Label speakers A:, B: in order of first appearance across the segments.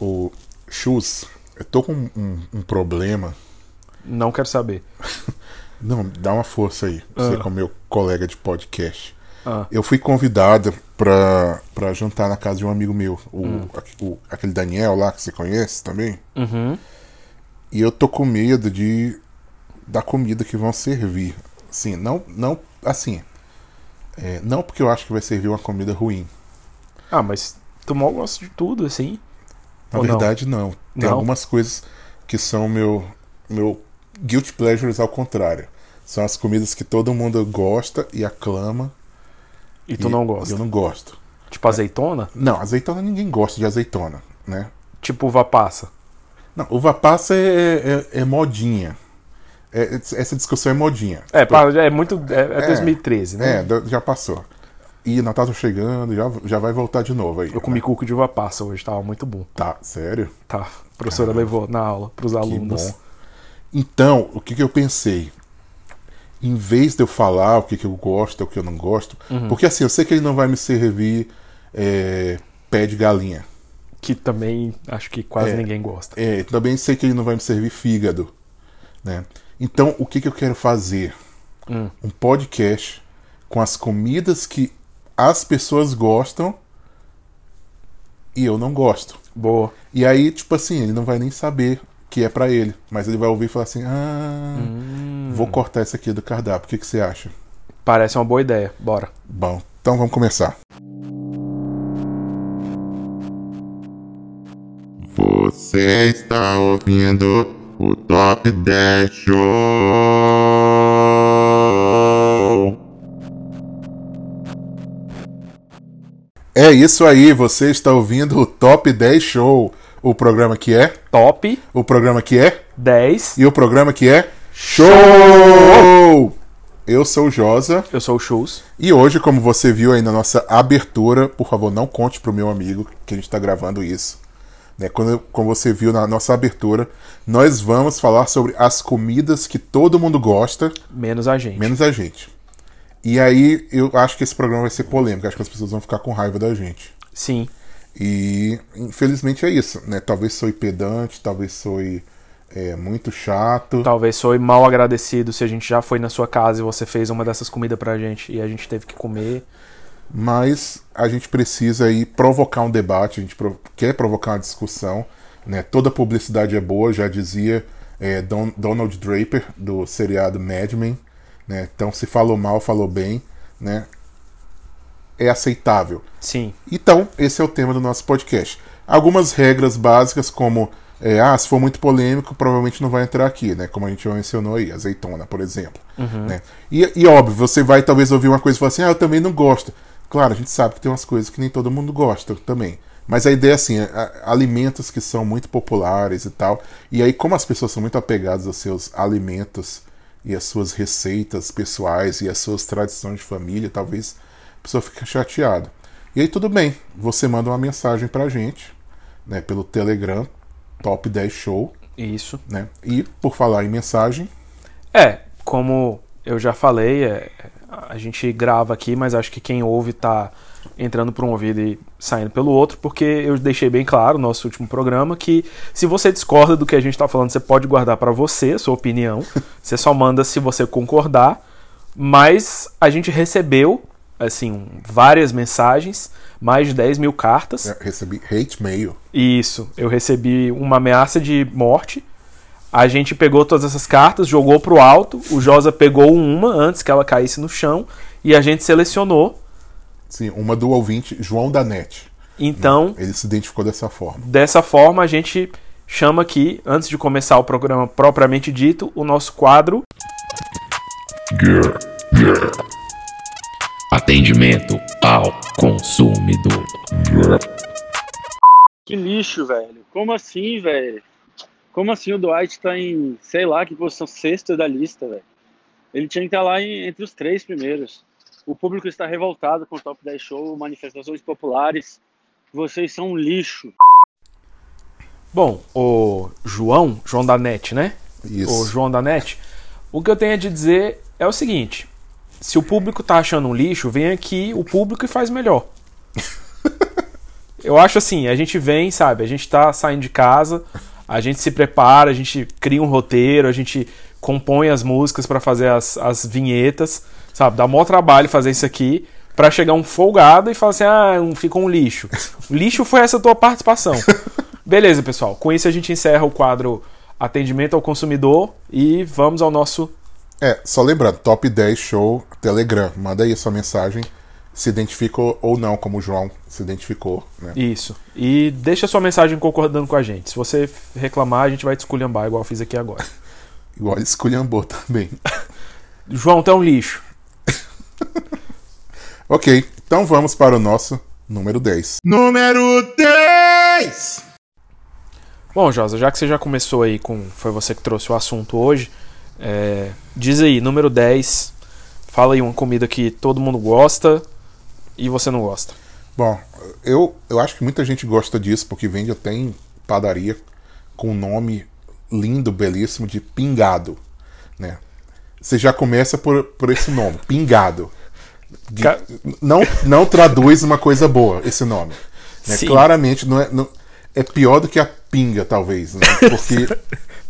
A: O Chus, eu tô com um, um problema.
B: Não quero saber.
A: Não, dá uma força aí. Você,
B: Ah.
A: como meu colega de podcast.
B: Ah.
A: Eu fui convidado pra, pra jantar na casa de um amigo meu, o, aque- o- aquele Daniel lá que você conhece também.
B: Uhum.
A: E eu tô com medo de da comida que vão servir. Assim, não, não, assim, é, não porque eu acho que vai servir uma comida ruim.
B: Ah, mas tu mal gosta de tudo, assim.
A: Na
B: Ou não?
A: verdade, não. Tem
B: Não?
A: algumas coisas que são meu, meu guilty pleasures ao contrário. São as comidas que todo mundo gosta e aclama.
B: E tu não
A: Eu
B: gosta.
A: não gosto.
B: Tipo azeitona?
A: Não, azeitona ninguém gosta de azeitona, né?
B: Tipo uva passa.
A: Não, uva passa é, é, é modinha. É- essa discussão é modinha.
B: É, pá, é muito. É, é
A: É.
B: 2013, né?
A: É, da- já passou. E Natal tá chegando, já, já vai voltar de novo aí.
B: Eu comi cuco de uva passa hoje, tava muito bom.
A: Tá, sério?
B: Tá. A professora levou na aula pros
A: Que
B: alunos.
A: bom. Então, o que, que eu pensei? Em vez de eu falar o que, que eu gosto, o que eu não gosto, porque assim, eu sei que ele não vai me servir é, pé de galinha.
B: Que também acho que quase
A: É.
B: ninguém gosta.
A: É, também sei que ele não vai me servir fígado, né? Então, o que, que eu quero fazer?
B: Hum.
A: Um podcast com as comidas que as pessoas gostam e eu não gosto.
B: Boa.
A: E aí, tipo assim, ele não vai nem saber que é pra ele, mas ele vai ouvir e falar assim: "Ah, vou cortar isso aqui do cardápio. O que, que você acha?"
B: Parece uma boa ideia. Bora.
A: Bom, então vamos começar.
C: Você está ouvindo o Top 10 Show.
A: É isso aí, você está ouvindo o Top 10 Show, o programa que é,
B: Top
A: o programa que é
B: 10.
A: e o programa que é Show! Eu sou o Josa
B: Eu sou o Shoes.
A: e hoje, como você viu aí na nossa abertura, por favor, não conte pro meu amigo que a gente tá gravando isso. Né, quando- como você viu na nossa abertura, nós vamos falar sobre as comidas que todo mundo gosta,
B: Menos a gente.
A: menos a gente. E aí eu acho que esse programa vai ser polêmico, acho que as pessoas vão ficar com raiva da gente.
B: Sim.
A: E infelizmente é isso, né? Talvez sou pedante, talvez sou é, muito chato.
B: Talvez soe mal agradecido se a gente já foi na sua casa e você fez uma dessas comidas pra gente e a gente teve que comer.
A: mas a gente precisa aí provocar um debate, a gente pro- quer provocar uma discussão, né? Toda publicidade é boa, já dizia é, Don- Donald Draper do seriado Mad Men, né? Então se falou mal, falou bem, né? É aceitável.
B: Sim.
A: Então, esse é o tema do nosso podcast. Algumas regras básicas, como é, ah, se for muito polêmico, provavelmente não vai entrar aqui, né? Como a gente já mencionou aí, azeitona, por exemplo. né? E, e óbvio, você vai talvez ouvir uma coisa e falar assim, ah, eu também não gosto. Claro, a gente sabe que tem umas coisas que nem todo mundo gosta também. Mas a ideia é assim, é, a- alimentos que são muito populares e tal. E aí, como as pessoas são muito apegadas aos seus alimentos e às suas receitas pessoais e às suas tradições de família, talvez a pessoa fica chateada. E aí tudo bem, você manda uma mensagem pra gente, né, pelo Telegram, Top 10 Show,
B: Isso.
A: né? E por falar em mensagem,
B: É, como eu já falei, é, a gente grava aqui, mas acho que quem ouve tá entrando por um ouvido e saindo pelo outro, porque eu deixei bem claro no nosso último programa que se você discorda do que a gente tá falando, você pode guardar pra você a sua opinião. você só manda se você concordar. Mas a gente recebeu, assim, várias mensagens, mais de 10 mil cartas.
A: eu recebi hate mail.
B: Isso, eu recebi uma ameaça de morte. A gente pegou todas essas cartas, jogou pro alto. O Josa pegou uma antes que ela caísse no chão e a gente selecionou.
A: Sim, uma do ouvinte João Danete.
B: Então,
A: Ele se identificou dessa forma.
B: dessa forma, a gente chama aqui, antes de começar o programa propriamente dito, o nosso quadro.
D: Grr, grr. Atendimento ao consumidor. Grr.
E: Que lixo, velho. Como assim, velho? Como assim o Dwight tá em, sei lá, que posição sexta da lista, velho? Ele tinha que estar lá em- entre os três primeiros. O público está revoltado com o Top 10 Show, manifestações populares. Vocês são um lixo.
B: Bom, o João, João da NET, né? o
A: Isso.
B: João da NET, o que eu tenho a te dizer é o seguinte: se o público tá achando um lixo, vem aqui o público e faz melhor. Eu acho assim, a gente vem, sabe? A gente tá saindo de casa, a gente se prepara, a gente cria um roteiro, a gente compõe as músicas pra fazer as, as vinhetas, sabe? Dá maior trabalho fazer isso aqui pra chegar um folgado e falar assim: "Ah, um- ficou um lixo". Lixo foi essa tua participação. Beleza, pessoal. Com isso a gente encerra o quadro Atendimento ao consumidor e vamos ao nosso
A: É, só lembrando, top 10 show Telegram. Manda aí a sua mensagem. Se identificou ou não, como o João se identificou, né?
B: Isso. E deixa sua mensagem concordando com a gente. Se você reclamar, a gente vai te esculhambar, igual eu fiz aqui agora.
A: Igual ele esculhambou também.
B: João, tá um lixo.
A: ok, então vamos para o nosso número 10.
F: Número 10!
B: Bom, Josa, já que você já começou aí com. Foi você que trouxe o assunto hoje. é, diz aí, número 10. Fala aí uma comida que todo mundo gosta e você não gosta.
A: Bom, eu, eu acho que muita gente gosta disso, porque vende até em padaria com o nome lindo, belíssimo de pingado, né? Você já começa por, por esse nome, pingado. De-
B: Ca-
A: não, não traduz uma coisa boa esse nome. né?
B: Sim.
A: Claramente não é, não- é pior do que a pinga, talvez, né? Porque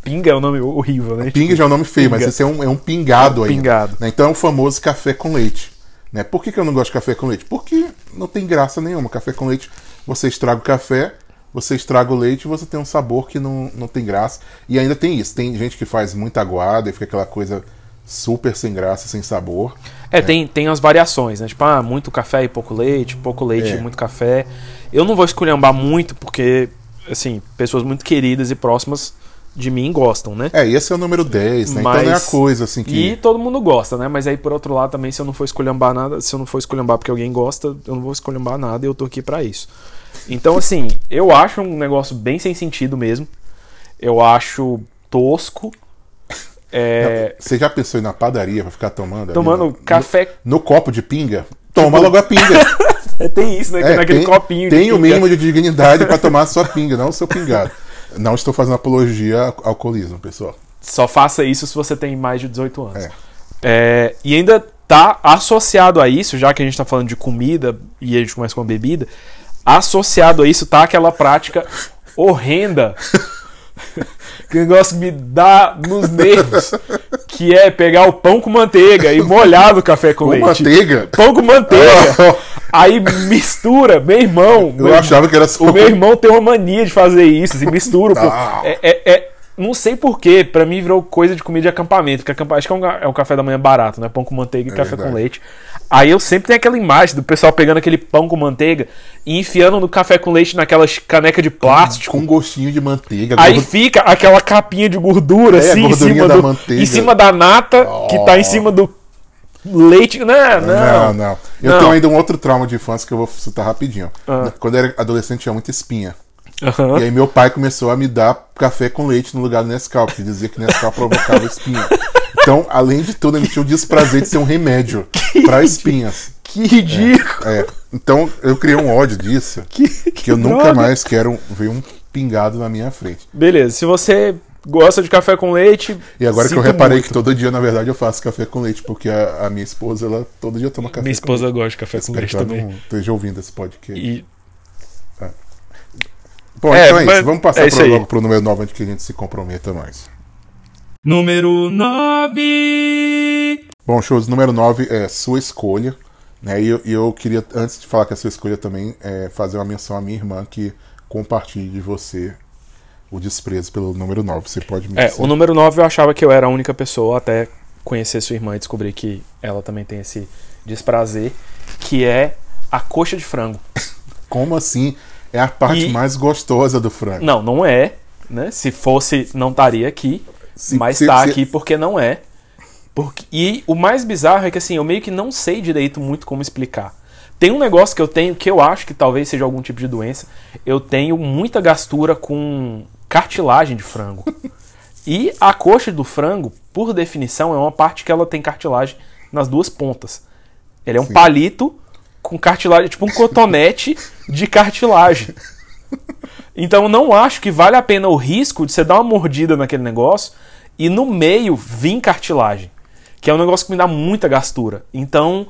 B: Pinga é um nome horrível, né?
A: Pinga já é um nome feio, mas
B: Pinga.
A: esse é um, é um pingado
B: É um
A: ainda.
B: pingado.
A: né? Então é o famoso café com leite. Né? Por que, que eu não gosto de café com leite? Porque não tem graça nenhuma. Café com leite, você estraga o café, você estraga o leite e você tem um sabor que não, não tem graça. E ainda tem isso. Tem gente que faz muita aguada e fica aquela coisa super sem graça, sem sabor.
B: É, Tem, tem as variações, né? Tipo, ah, muito café e pouco leite, pouco leite
A: É.
B: e muito café. Eu não vou esculhambar muito, porque, assim, pessoas muito queridas e próximas de mim gostam, né?
A: É, esse é o número 10, né? Então não é a
B: Mas-
A: coisa assim
B: E
A: que.
B: todo mundo gosta, né? Mas aí, por outro lado, também, se eu não for esculhambar nada, se eu não for esculhambar porque alguém gosta, eu não vou esculhambar nada e eu tô aqui pra isso. Então, assim, eu acho um negócio bem sem sentido mesmo. Eu acho tosco. É,
A: Você já pensou em ir na padaria pra ficar tomando? ali
B: tomando
A: no-
B: café.
A: No, no copo de pinga? Toma logo a pinga!
B: É, tem isso, né? Que
A: É,
B: naquele
A: tem,
B: copinho. de
A: Tem o
B: pinga.
A: mínimo de dignidade pra tomar a sua pinga, não o seu pingado. Não estou fazendo apologia ao alcoolismo, pessoal.
B: Só faça isso se você tem mais de 18 anos.
A: É.
B: É, e ainda tá associado a isso, já que a gente tá falando de comida e a gente começa com a bebida, associado a isso tá aquela prática horrenda. Que negócio me dá nos nervos. Que é pegar o pão com manteiga e molhar no café com,
A: Com
B: leite.
A: manteiga?
B: Pão com manteiga. Aí mistura, meu irmão.
A: Eu
B: meu
A: achava que era só.
B: o meu irmão tem uma mania de fazer isso, assim, mistura. pô.
A: Tá.
B: É, é- é- não sei porquê, pra mim virou coisa de comida de acampamento. Que acampa- acho que é um, ga- é um café da manhã barato, né? Pão com manteiga e café
A: É verdade.
B: com leite. Aí eu sempre tenho aquela imagem do pessoal pegando aquele pão com manteiga e enfiando no café com leite naquelas caneca de plástico.
A: Com um gostinho de manteiga.
B: Aí
A: gordo-
B: fica aquela capinha de gordura,
A: É, a
B: assim, em
A: gordurinha
B: cima,
A: da
B: do,
A: manteiga. Oh.
B: em cima da nata, que tá em cima do leite. Não,
A: Não, é
B: não.
A: não. Eu
B: Não. Ah.
A: tenho ainda um outro trauma de infância que eu vou citar rapidinho. Quando eu era adolescente tinha muita espinha.
B: Aham.
A: E aí meu pai começou a me dar café com leite no lugar do Nescau, porque dizia que Nescau provocava espinha. Então, além de tudo, ele tinha o desprazer de ser um remédio pra espinhas.
B: Que ridículo.
A: É, então eu criei um ódio disso que,
B: Que,
A: eu nunca
B: droga.
A: mais quero ver um pingado na minha frente.
B: Beleza, se você gosta de café com leite.
A: E agora que eu
B: sinto
A: reparei
B: muito.
A: que todo dia, na verdade, eu faço café com leite, porque a, a minha esposa, ela todo dia toma café
B: Minha
A: com leite.
B: esposa gosta de café com
A: Espero
B: leite
A: que ela
B: também.
A: não esteja ouvindo esse podcast.
B: E
A: Bom,
B: É,
A: então é
B: mas-
A: isso. Vamos passar
B: é isso
A: pro,
B: aí.
A: logo pro número 9 antes que a gente se comprometa mais.
D: Número 9.
A: Bom, shows número 9 é sua escolha. Né? E eu, e eu queria, antes de falar que é sua escolha também, é fazer uma menção à minha irmã que compartilha de você o desprezo pelo número 9. Você pode me
B: é,
A: dizer.
B: o número 9 eu achava que eu era a única pessoa até conhecer sua irmã e descobrir que ela também tem esse desprazer, que é a coxa de frango.
A: Como assim? É a parte
B: E-
A: mais gostosa do frango.
B: Não, não é, né? Se fosse, não estaria aqui,
A: Se-
B: mas
A: se-
B: tá
A: se-
B: aqui porque não é. Porque, e o mais bizarro é que assim, eu meio que não sei direito muito como explicar. Tem um negócio que eu tenho que eu acho que talvez seja algum tipo de doença. Eu tenho muita gastura com cartilagem de frango. E a coxa do frango, por definição, é uma parte que ela tem cartilagem nas duas pontas. Ele é um palito com cartilagem, tipo um cotonete de cartilagem. Então eu não acho que vale a pena o risco de você dar uma mordida naquele negócio e no meio vir cartilagem, que é um negócio que me dá muita gastura. Então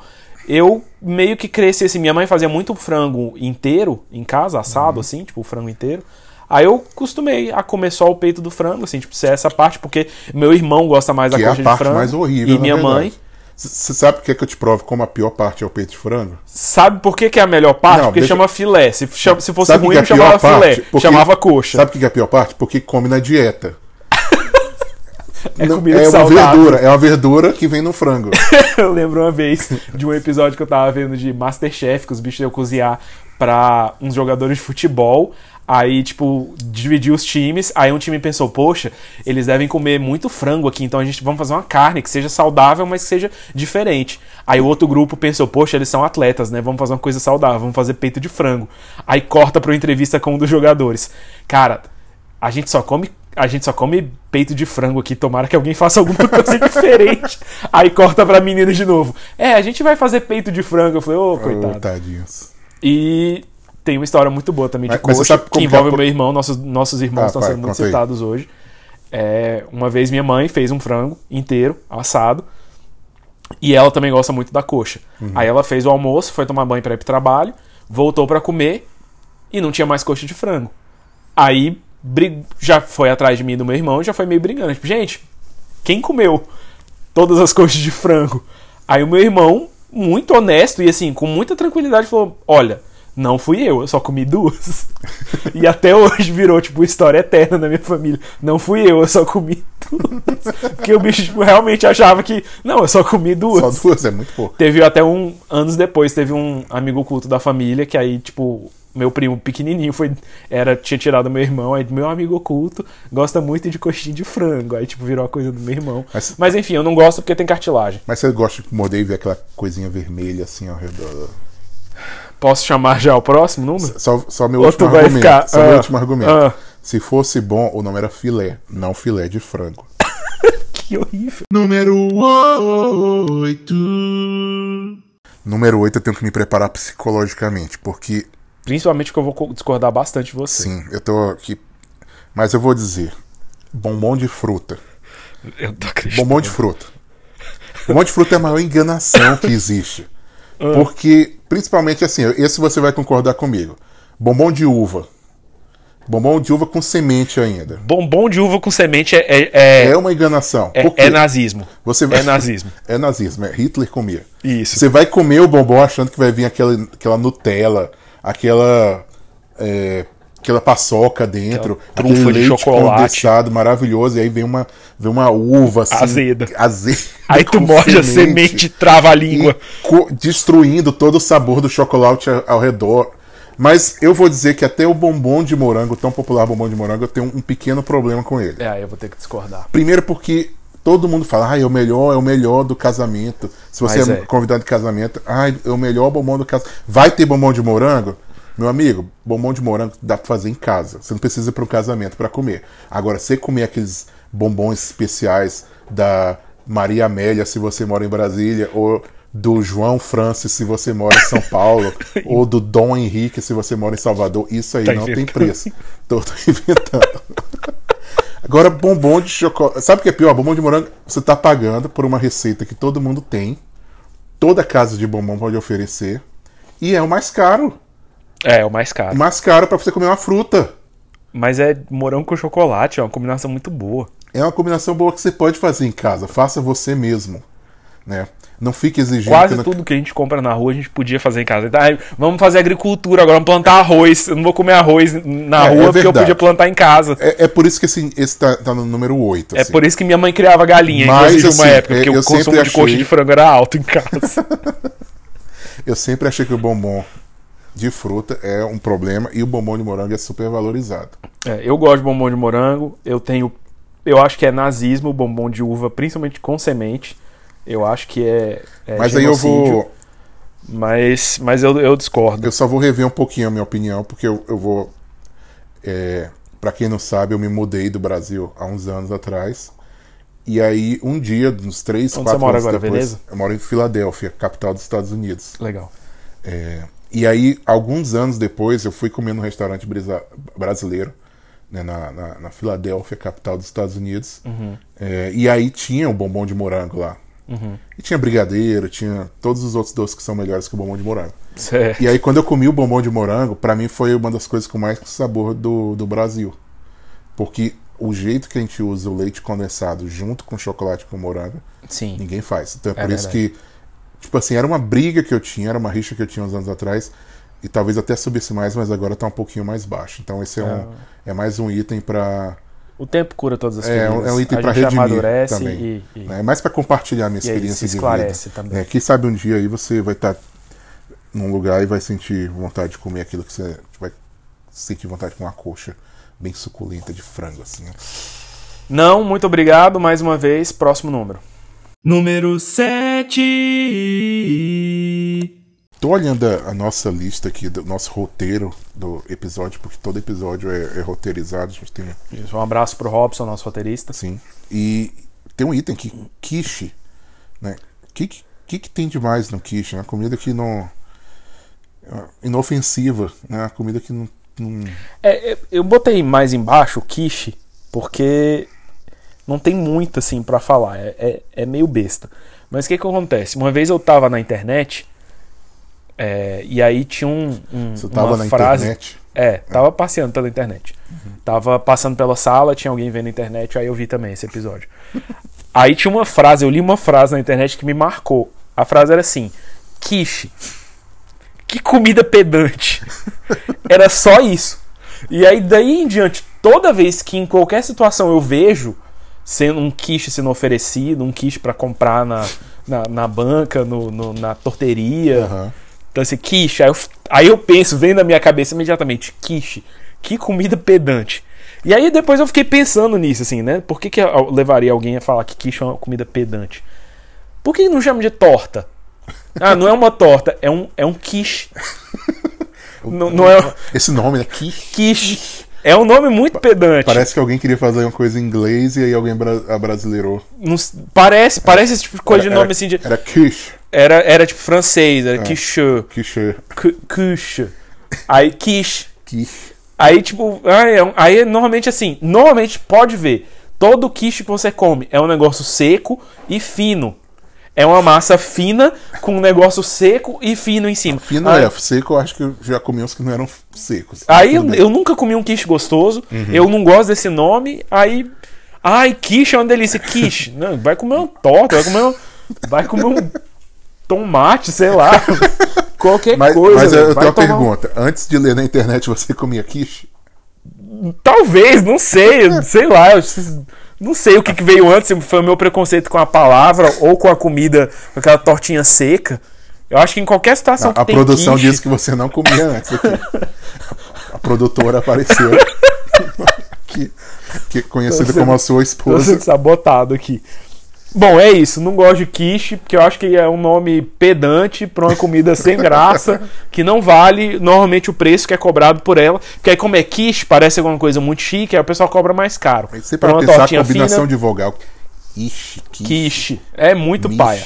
B: eu meio que cresci assim. Minha mãe fazia muito frango inteiro em casa, assado,
A: Uhum.
B: assim, tipo, o frango inteiro. Aí eu costumei a comer só o peito do frango, assim, tipo, ser essa parte, porque meu irmão gosta mais da
A: que é
B: coxa
A: a
B: de
A: parte
B: frango.
A: mais horrível.
B: E minha mãe.
A: Você sabe o que é que eu te provo como a pior parte é o peito de frango?
B: Sabe por que, que é a melhor parte?
A: Não,
B: porque
A: deixa-
B: chama filé. Se, chama- se fosse
A: Sabe
B: ruim,
A: que é
B: não chamava filé.
A: Porque-
B: Chamava coxa.
A: Sabe o que é a pior parte? Porque come na dieta.
B: É
A: Não-
B: comida
A: é uma
B: saudável.
A: verdura, é uma verdura que vem no frango.
B: eu lembro uma vez de um episódio que eu tava vendo de Masterchef, que os bichos iam cozinhar pra uns jogadores de futebol. Aí, tipo, dividiu os times. Aí um time pensou, poxa, eles devem comer muito frango aqui, então a gente vamos fazer uma carne que seja saudável, mas que seja diferente. Aí o outro grupo pensou, poxa, eles são atletas, né? Vamos fazer uma coisa saudável, vamos fazer peito de frango. Aí corta pra uma entrevista com um dos jogadores. Cara, a gente só come a gente só come peito de frango aqui, tomara que alguém faça alguma coisa diferente. Aí corta pra menina de novo. É, a gente vai fazer peito de frango. Eu falei, ô,
A: Oh,
B: coitado.
A: tadinhos.
B: E tem uma história muito boa também de
A: Mas- mas você
B: coxa,
A: sabe
B: que
A: como que
B: envolve
A: é a-
B: o meu irmão. Nossos, nossos irmãos
A: Ah,
B: estão
A: vai,
B: sendo muito
A: conta aí.
B: citados hoje. É, uma vez minha mãe fez um frango inteiro, assado. E ela também gosta muito da coxa.
A: Uhum.
B: Aí ela fez o almoço, foi tomar banho pra ir pro trabalho, voltou pra comer e não tinha mais coxa de frango. Aí bri- já foi atrás de mim e do meu irmão, já foi meio brigando. Tipo, gente, quem comeu todas as coxas de frango? Aí o meu irmão, muito honesto e assim, com muita tranquilidade, falou: Olha, não fui eu, eu só comi duas. e até hoje virou, tipo, história eterna na minha família. Não fui eu, eu só comi duas. Porque o bicho tipo, realmente achava que, não, eu só comi duas.
A: Só duas é muito pouco.
B: Teve até um. Anos depois, teve um amigo culto da família, que aí, tipo, meu primo pequenininho foi, era, tinha tirado meu irmão, aí meu amigo oculto gosta muito de coxinha de frango. Aí, tipo, virou a coisa do meu irmão.
A: Mas-
B: Mas, enfim, eu não gosto porque tem cartilagem.
A: Mas você gosta de morder e ver aquela coisinha vermelha assim ao redor.
B: Posso chamar já o próximo número?
A: Só, só meu
B: Ou tu
A: último
B: vai
A: argumento.
B: ficar,
A: Só meu
B: ah,
A: último argumento.
B: ah.
A: Se fosse bom, o nome era filé, não filé de frango.
B: Que horrível.
D: Número 8.
A: Número 8, eu tenho que me preparar psicologicamente, porque
B: Principalmente que eu vou co- discordar bastante de você.
A: Sim, eu tô aqui. Mas eu vou dizer: bombom de fruta.
B: Eu tô acreditando.
A: Bombom de fruta. Bombom de fruta é a maior enganação que existe.
B: Ah.
A: Porque, principalmente assim, esse você vai concordar comigo: bombom de uva. Bombom de uva com semente ainda.
B: Bombom de uva com semente é, é, é,
A: É uma enganação.
B: é-
A: Por quê?
B: é nazismo.
A: Você vai-
B: É nazismo.
A: É nazismo, é Hitler comia.
B: Isso.
A: Você vai comer o bombom achando que vai vir aquela, aquela Nutella, aquela. é, aquela paçoca dentro,
B: Aquela trufa de chocolate.
A: condensado maravilhoso, e aí vem uma, vem uma uva assim.
B: Azeda.
A: Azeda.
B: Aí tu
A: com
B: morde a semente e trava a língua.
A: e co- destruindo todo o sabor do chocolate a- ao redor. Mas eu vou dizer que até o bombom de morango, o tão popular bombom de morango, eu tenho um pequeno problema com ele.
B: É, aí eu vou ter que discordar.
A: Primeiro porque todo mundo fala, ah, é o melhor, é o melhor do casamento. Se você
B: Mas
A: é,
B: é.
A: convidado de casamento, ah, é o melhor bombom do casamento. Vai ter bombom de morango? Meu amigo, bombom de morango dá pra fazer em casa. Você não precisa ir para um casamento para comer. Agora, você comer aqueles bombons especiais da Maria Amélia, se você mora em Brasília, ou do João Francis, se você mora em São Paulo, ou do Dom Henrique, se você mora em Salvador, isso aí
B: Tá
A: não tem
B: inventando.
A: preço. Tô, tô inventando. Agora, bombom de chocolate. Sabe o que é pior? Bombom de morango, você tá pagando por uma receita que todo mundo tem. Toda casa de bombom pode oferecer. E é o mais caro.
B: É, é o mais caro.
A: O mais caro pra você comer uma fruta.
B: Mas é morango com chocolate, é uma combinação muito boa.
A: É uma combinação boa que você pode fazer em casa. Faça você mesmo. Né? Não fique exigindo.
B: Quase
A: que não-
B: tudo que a gente compra na rua a gente podia fazer em casa. Então, ai, vamos fazer agricultura agora, vamos plantar arroz. Eu não vou comer arroz na
A: É, é
B: rua porque eu
A: verdade.
B: podia plantar em casa. É,
A: É, é por isso que esse, esse tá, tá no número 8. assim.
B: por isso que minha mãe criava galinha,
A: Mas,
B: inclusive, uma
A: assim,
B: época, porque
A: é, eu
B: o consumo
A: sempre
B: de coxa
A: achei-
B: de frango era alto em casa.
A: Eu sempre achei que o bombom de fruta é um problema e o bombom de morango é super valorizado.
B: É, eu gosto de bombom de morango, eu tenho. Eu acho que é nazismo o bombom de uva, principalmente com semente. Eu acho que é. é
A: Mas aí eu
B: genocídio,
A: vou.
B: Mas, mas eu, eu discordo.
A: Eu só vou rever um pouquinho a minha opinião, porque eu, eu vou. É, para quem não sabe, eu me mudei do Brasil há uns anos atrás. E aí, um dia, uns três,
B: Onde
A: quatro
B: você mora
A: anos
B: agora,
A: depois,
B: Veneza?
A: eu moro em Filadélfia, capital dos Estados Unidos.
B: Legal.
A: É, e aí, alguns anos depois, eu fui comer num restaurante brisa- brasileiro, né, na,
B: Uhum.
A: na, na Filadélfia, capital dos Estados Unidos. É, e aí tinha o bombom de morango lá. E tinha brigadeiro, tinha todos os outros doces que são melhores que o bombom de morango.
B: Certo.
A: E aí, quando eu comi o bombom de morango, pra mim foi uma das coisas com mais sabor do, do Brasil. Porque o jeito que a gente usa o leite condensado junto com chocolate com morango,
B: Sim.
A: ninguém faz. Então é por
B: É
A: isso que, tipo assim, era uma briga que eu tinha, era uma rixa que eu tinha uns anos atrás. E talvez até subisse mais, mas agora tá um pouquinho mais baixo. Então esse é, um, é mais um item pra.
B: O tempo cura todas as
A: É, é
B: feridas.
A: um- é um item
B: a
A: pra
B: gente
A: redimir
B: amadurece
A: também.
B: e, e-
A: né? É mais pra compartilhar a minha
B: e aí
A: experiência
B: se
A: de
B: esclarece
A: vida.
B: também.
A: É, quem sabe um dia aí você vai estar num lugar e vai sentir vontade de comer aquilo que você vai sentir vontade com uma coxa bem suculenta de frango assim. né?
B: Não, muito obrigado mais uma vez. Próximo número.
D: Número 7.
A: Tô olhando a, a nossa lista aqui, do nosso roteiro do episódio, porque todo episódio é, é roteirizado, a gente tem
B: Isso, um abraço pro Robson, nosso roteirista.
A: assim. E tem um item aqui, quiche, né? O que, que que tem demais no quiche? É uma comida que não é inofensiva, né? Uma comida que não, não
B: É, é, eu botei mais embaixo o quiche, porque não tem muito assim pra falar. É, é- é meio besta. Mas o que, que acontece? Uma vez eu tava na internet é, e aí tinha um, um-
A: Você tava
B: uma
A: na
B: frase.
A: internet.
B: É, tava passeando pela internet. Tava passando pela sala, tinha alguém vendo na internet, aí eu vi também esse episódio. aí tinha uma frase, eu li uma frase na internet que me marcou. A frase era assim: quiche. Que comida pedante. era só isso. E aí daí em diante, toda vez que em qualquer situação eu vejo sendo um quiche sendo oferecido, um quiche pra comprar na, na, na banca, no, no- na torteria,
A: Aham.
B: então, assim, quiche. Aí eu, aí eu penso, vem na minha cabeça imediatamente, quiche. Que comida pedante. E aí depois eu fiquei pensando nisso, assim, né? Por que, que eu levaria alguém a falar que quiche é uma comida pedante? Por que não chama de torta? Ah, não é uma torta, é um, é um quiche. não, não é um
A: Esse nome, né? Quiche.
B: quiche. É um nome muito pedante.
A: Parece que alguém queria fazer uma coisa em inglês e aí alguém bra abrasileirou.
B: Não s- parece, parece esse tipo de coisa de
A: Era-
B: nome
A: era-
B: assim de.
A: Era quiche.
B: Era, era tipo francês,
A: É.
B: era quiche,
A: Quiche.
B: cu- quiche. Aí quiche.
A: Quiche.
B: Aí, tipo, aí, é um- aí é normalmente assim, normalmente pode ver, todo quiche que você come é um negócio seco e fino. É uma massa fina com um negócio seco e fino em cima.
A: Fino
B: aí,
A: é, seco eu acho que eu já comi uns que não eram secos.
B: Ah, aí eu,
A: Tudo bem.
B: eu nunca comi um quiche gostoso,
A: Uhum.
B: eu não gosto desse nome, aí. Ai, quiche é uma delícia. Quiche. Não, vai comer uma torta, vai comer um. Vai comer um tomate, sei lá. Qualquer
A: Mas,
B: coisa.
A: mas eu-
B: velho,
A: eu tenho uma
B: vai tomar um-
A: pergunta. Antes de ler na internet, você comia quiche?
B: Talvez, não sei, eu- sei lá, eu s- não sei o que, que veio antes, se foi o meu preconceito com a palavra ou com a comida, com aquela tortinha seca. Eu acho que em qualquer situação que
A: A
B: tem
A: produção
B: quiche,
A: disse que você não comia antes aqui. A produtora apareceu. que, que é conhecida como a sua
B: tô
A: esposa.
B: sendo sabotado aqui. Bom, é isso, não gosto de quiche, porque eu acho que é um nome pedante pra uma comida sem graça, que não vale normalmente o preço que é cobrado por ela, porque aí como é quiche, parece alguma coisa muito chique, aí o pessoal cobra mais caro.
A: Você
B: Pra
A: para
B: uma
A: pensar a
B: tortinha
A: combinação
B: fina,
A: de vogal. Ixi, quiche.
B: quiche, é muito
A: Michi,
B: paia.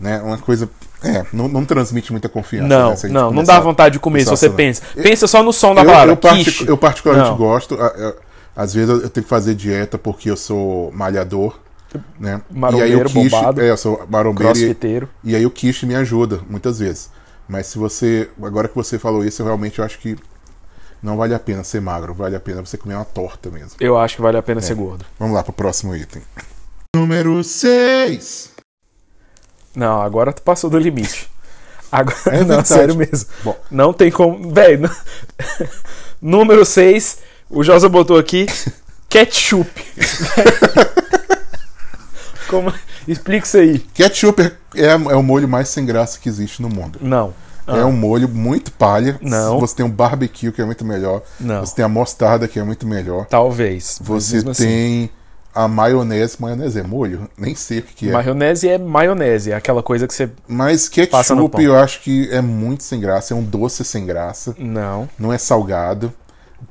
A: Né? Uma coisa. É, não, não transmite muita confiança.
B: Não,
A: né? Se a gente
B: não, não
A: começar-
B: dá vontade de comer se
A: começar
B: você
A: a-
B: pensa. Pensa só no som da
A: Eu,
B: palavra.
A: eu, partic-
B: quiche.
A: eu particularmente
B: Não.
A: gosto. a- a- às vezes eu eu tenho que fazer dieta porque eu sou malhador. Né? e aí o
B: Marombeiro,
A: quiche,
B: bombado.
A: É, eu sou marombeiro. E,
B: Crossfiteiro.
A: e aí o quiche me ajuda, muitas vezes. Mas se você. Agora que você falou isso, eu realmente acho que não vale a pena ser magro. Vale a pena você comer uma torta mesmo.
B: Eu acho que vale a pena ser gordo.
A: Vamos lá pro próximo item.
G: Número 6.
B: Não, agora tu passou do limite. Agora,
A: É
B: não,
A: verdade.
B: sério mesmo.
A: Bom.
B: Não tem como. Véi, não- número 6, o Josa botou aqui ketchup. como... Explica isso aí.
A: Ketchup é, é, é o molho mais sem graça que existe no mundo.
B: Não.
A: É um molho muito palha.
B: Ah. Não.
A: Você tem um barbecue que é muito melhor.
B: Não.
A: Você tem a mostarda que é muito melhor.
B: Talvez. mas
A: Você
B: mesmo assim.
A: tem a maionese. Maionese é molho? Nem sei o que, que é.
B: Maionese é maionese, é aquela coisa que você.
A: Mas
B: Passa no
A: ketchup
B: pão.
A: eu acho que é muito sem graça. É um doce sem graça.
B: Não.
A: Não é salgado.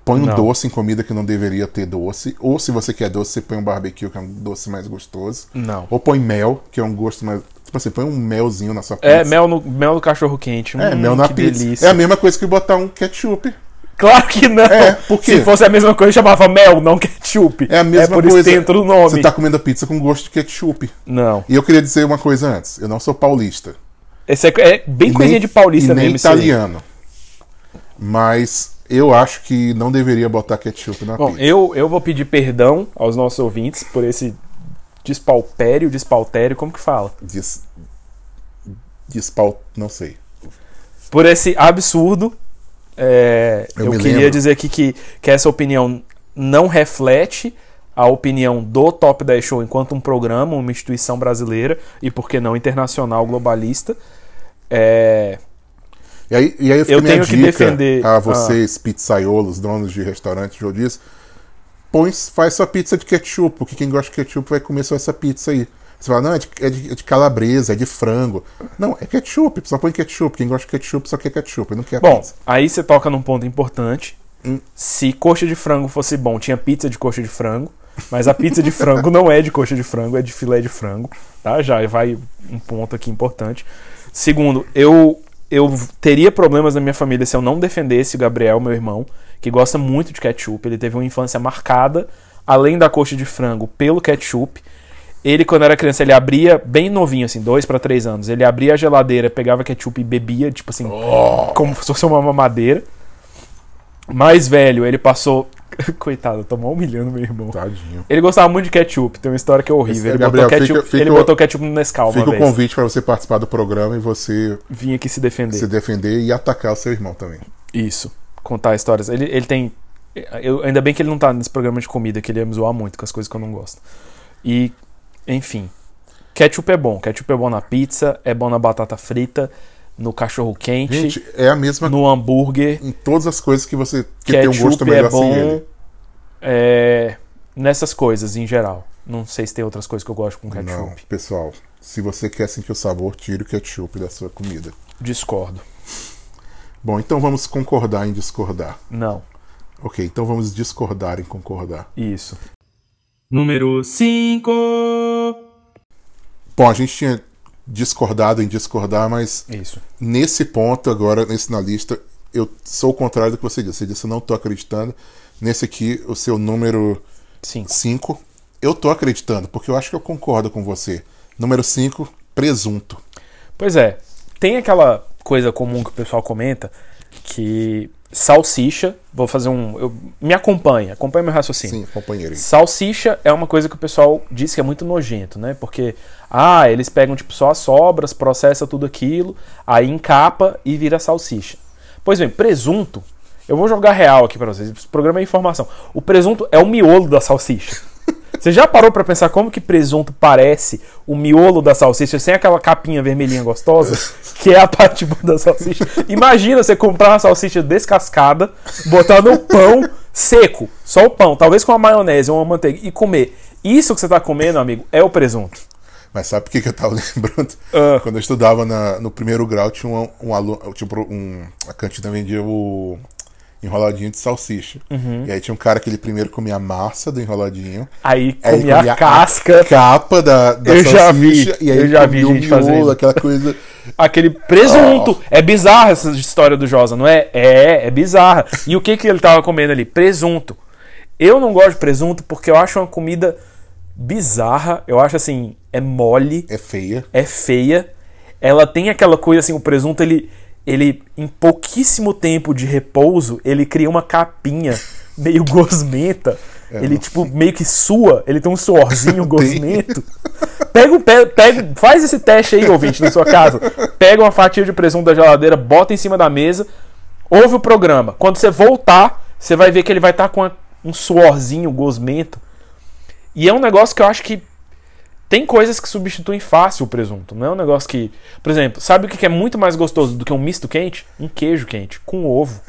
A: Põe um
B: Não.
A: doce em comida que não deveria ter doce. Ou se você quer doce, você põe um barbecue, que é um doce mais gostoso.
B: Não.
A: Ou põe mel, que é um gosto mais. Tipo assim, põe um melzinho na sua pizza.
B: É, mel no, mel no cachorro quente.
A: É,
B: É, Hum,
A: mel na
B: que
A: pizza.
B: delícia.
A: É a mesma coisa que botar um ketchup.
B: Claro que não.
A: É, por quê?
B: Se fosse a mesma coisa, chamava mel, não ketchup.
A: É a mesma
B: por
A: coisa.
B: isso dentro do nome.
A: Você tá comendo pizza com gosto de ketchup.
B: Não.
A: E eu queria dizer uma coisa antes. Eu não sou paulista.
B: Esse é, é bem
A: E
B: coisinha
A: nem-
B: de paulista
A: e nem
B: mesmo. isso aí.
A: italiano. Mas eu acho que não deveria botar ketchup na
B: Bom,
A: pizza.
B: eu, eu vou pedir perdão aos nossos ouvintes por esse despalpério, despautério, como que fala?
A: Dis... Dispau... Não sei.
B: Por esse absurdo. É,
A: Eu
B: eu
A: me
B: queria
A: lembro.
B: dizer aqui que, que essa opinião não reflete a opinião do Top 10 Show enquanto um programa, uma instituição brasileira e, por que não, internacional, globalista. É,
A: E aí, e aí fica
B: Eu
A: a minha
B: tenho que
A: dica
B: defender- Ah.
A: a vocês, pizzaiolos, donos de restaurante, eu disse, põe, faz sua pizza de ketchup, porque quem gosta de ketchup vai comer só essa pizza aí. Você fala, não, é de, é de- é de calabresa, é de frango. Não, é ketchup, só põe ketchup. Quem gosta de ketchup só quer ketchup, não quer
B: Bom,
A: pizza.
B: aí você toca num ponto importante. Se coxa de frango fosse bom, tinha pizza de coxa de frango, mas a pizza de frango não é de coxa de frango, é de filé de frango, tá? Já vai um ponto aqui importante. Segundo, eu eu teria problemas na minha família se eu não defendesse o Gabriel, meu irmão, que gosta muito de ketchup. Ele teve uma infância marcada, além da coxa de frango, pelo ketchup. Ele, quando era criança, ele abria, bem novinho, assim, dois pra três anos. Ele abria a geladeira, pegava ketchup e bebia, tipo assim, como se fosse uma mamadeira. Mais velho, ele passou. Coitado, eu tô mal humilhando meu irmão.
A: Tadinho.
B: Ele gostava muito de ketchup, tem uma história que é
A: Tá. Esse-
B: horrível. Ele,
A: Gabriel,
B: botou,
A: fica-
B: ketchup,
A: fica
B: ele
A: o-
B: botou ketchup no Nescau uma
A: Fica o
B: vez.
A: convite para você participar do programa e você
B: Vim aqui se defender.
A: se defender e atacar o seu irmão também.
B: Isso, contar histórias. Ele, ele tem. Eu, ainda bem que ele não tá nesse programa de comida, que ele ia me zoar muito com as coisas que eu não gosto. E, enfim. Ketchup é bom. Ketchup é bom na pizza, é bom na batata frita, no cachorro quente,
A: Gente, é a mesma
B: no hambúrguer.
A: em todas as coisas que você que tem um gosto
B: ketchup
A: melhor
B: é bom
A: sem ele.
B: é, nessas coisas em geral. Não sei se tem outras coisas que eu gosto com ketchup.
A: Não, pessoal, se você quer sentir o sabor, tire o ketchup da sua comida.
B: Discordo.
A: Bom, então vamos concordar em discordar.
B: Não.
A: Ok, então vamos discordar em concordar.
B: Isso.
D: número 5,
A: Bom, a gente tinha discordado em discordar, mas
B: Isso.
A: nesse ponto agora, nesse na lista, eu sou o contrário do que você disse. Você disse, eu não tô acreditando. Nesse aqui, o seu número
B: Sim.
A: 5, eu tô acreditando, porque eu acho que eu concordo com você. Número 5, presunto.
B: Pois é, tem aquela coisa comum que o pessoal comenta que salsicha, vou fazer um, eu, me acompanha, acompanha meu raciocínio.
A: Sim, companheiro.
B: Salsicha é uma coisa que o pessoal diz que é muito nojento, né? Porque ah, eles pegam tipo só as sobras, processa tudo aquilo, aí encapa e vira salsicha. Pois bem, presunto, eu vou jogar real aqui pra vocês. Esse programa é informação. O presunto é o miolo da salsicha. Você já parou pra pensar como que presunto parece o miolo da salsicha sem aquela capinha vermelhinha gostosa, que é a parte boa da salsicha? Imagina você comprar uma salsicha descascada, botar no pão seco, só o pão, talvez com uma maionese ou uma manteiga e comer. Isso que você tá comendo, amigo, é o presunto.
A: Mas sabe por que, que eu tava lembrando?
B: Ah.
A: Quando eu estudava na- no primeiro grau, tinha um, um aluno. Tinha um pro- um- a cantina vendia o enroladinho de salsicha.
B: Uhum.
A: E aí tinha um cara que ele primeiro comia a massa do enroladinho.
B: Aí
A: Aí ele
B: come É, a casca,
A: A capa da, da
B: Eu já
A: salsicha,
B: vi,
A: E aí
B: eu
A: ele
B: já vi
A: comia o
B: gente
A: miolo,
B: fazendo.
A: aquela coisa.
B: aquele presunto. É bizarra essa história do Josa, não é? É, é bizarra. E o que, que ele tava comendo ali? Presunto. Eu não gosto de presunto porque eu acho uma comida bizarra. Eu acho assim, é mole,
A: É feia.
B: é feia. Ela tem aquela coisa assim, o presunto ele ele em pouquíssimo tempo de repouso, ele cria uma capinha meio gosmenta. ele tipo meio que sua, ele tem um suorzinho gosmento. Pega um pé, pega, faz esse teste aí, ouvinte, na sua casa. Pega uma fatia de presunto da geladeira, bota em cima da mesa, ouve o programa. Quando você voltar, você vai ver que ele vai estar com uma- um suorzinho gosmento. E é um negócio que eu acho que tem coisas que substituem fácil o presunto. Não é um negócio que. Por exemplo, sabe o que que é muito mais gostoso do que um misto quente? Um queijo quente, com ovo.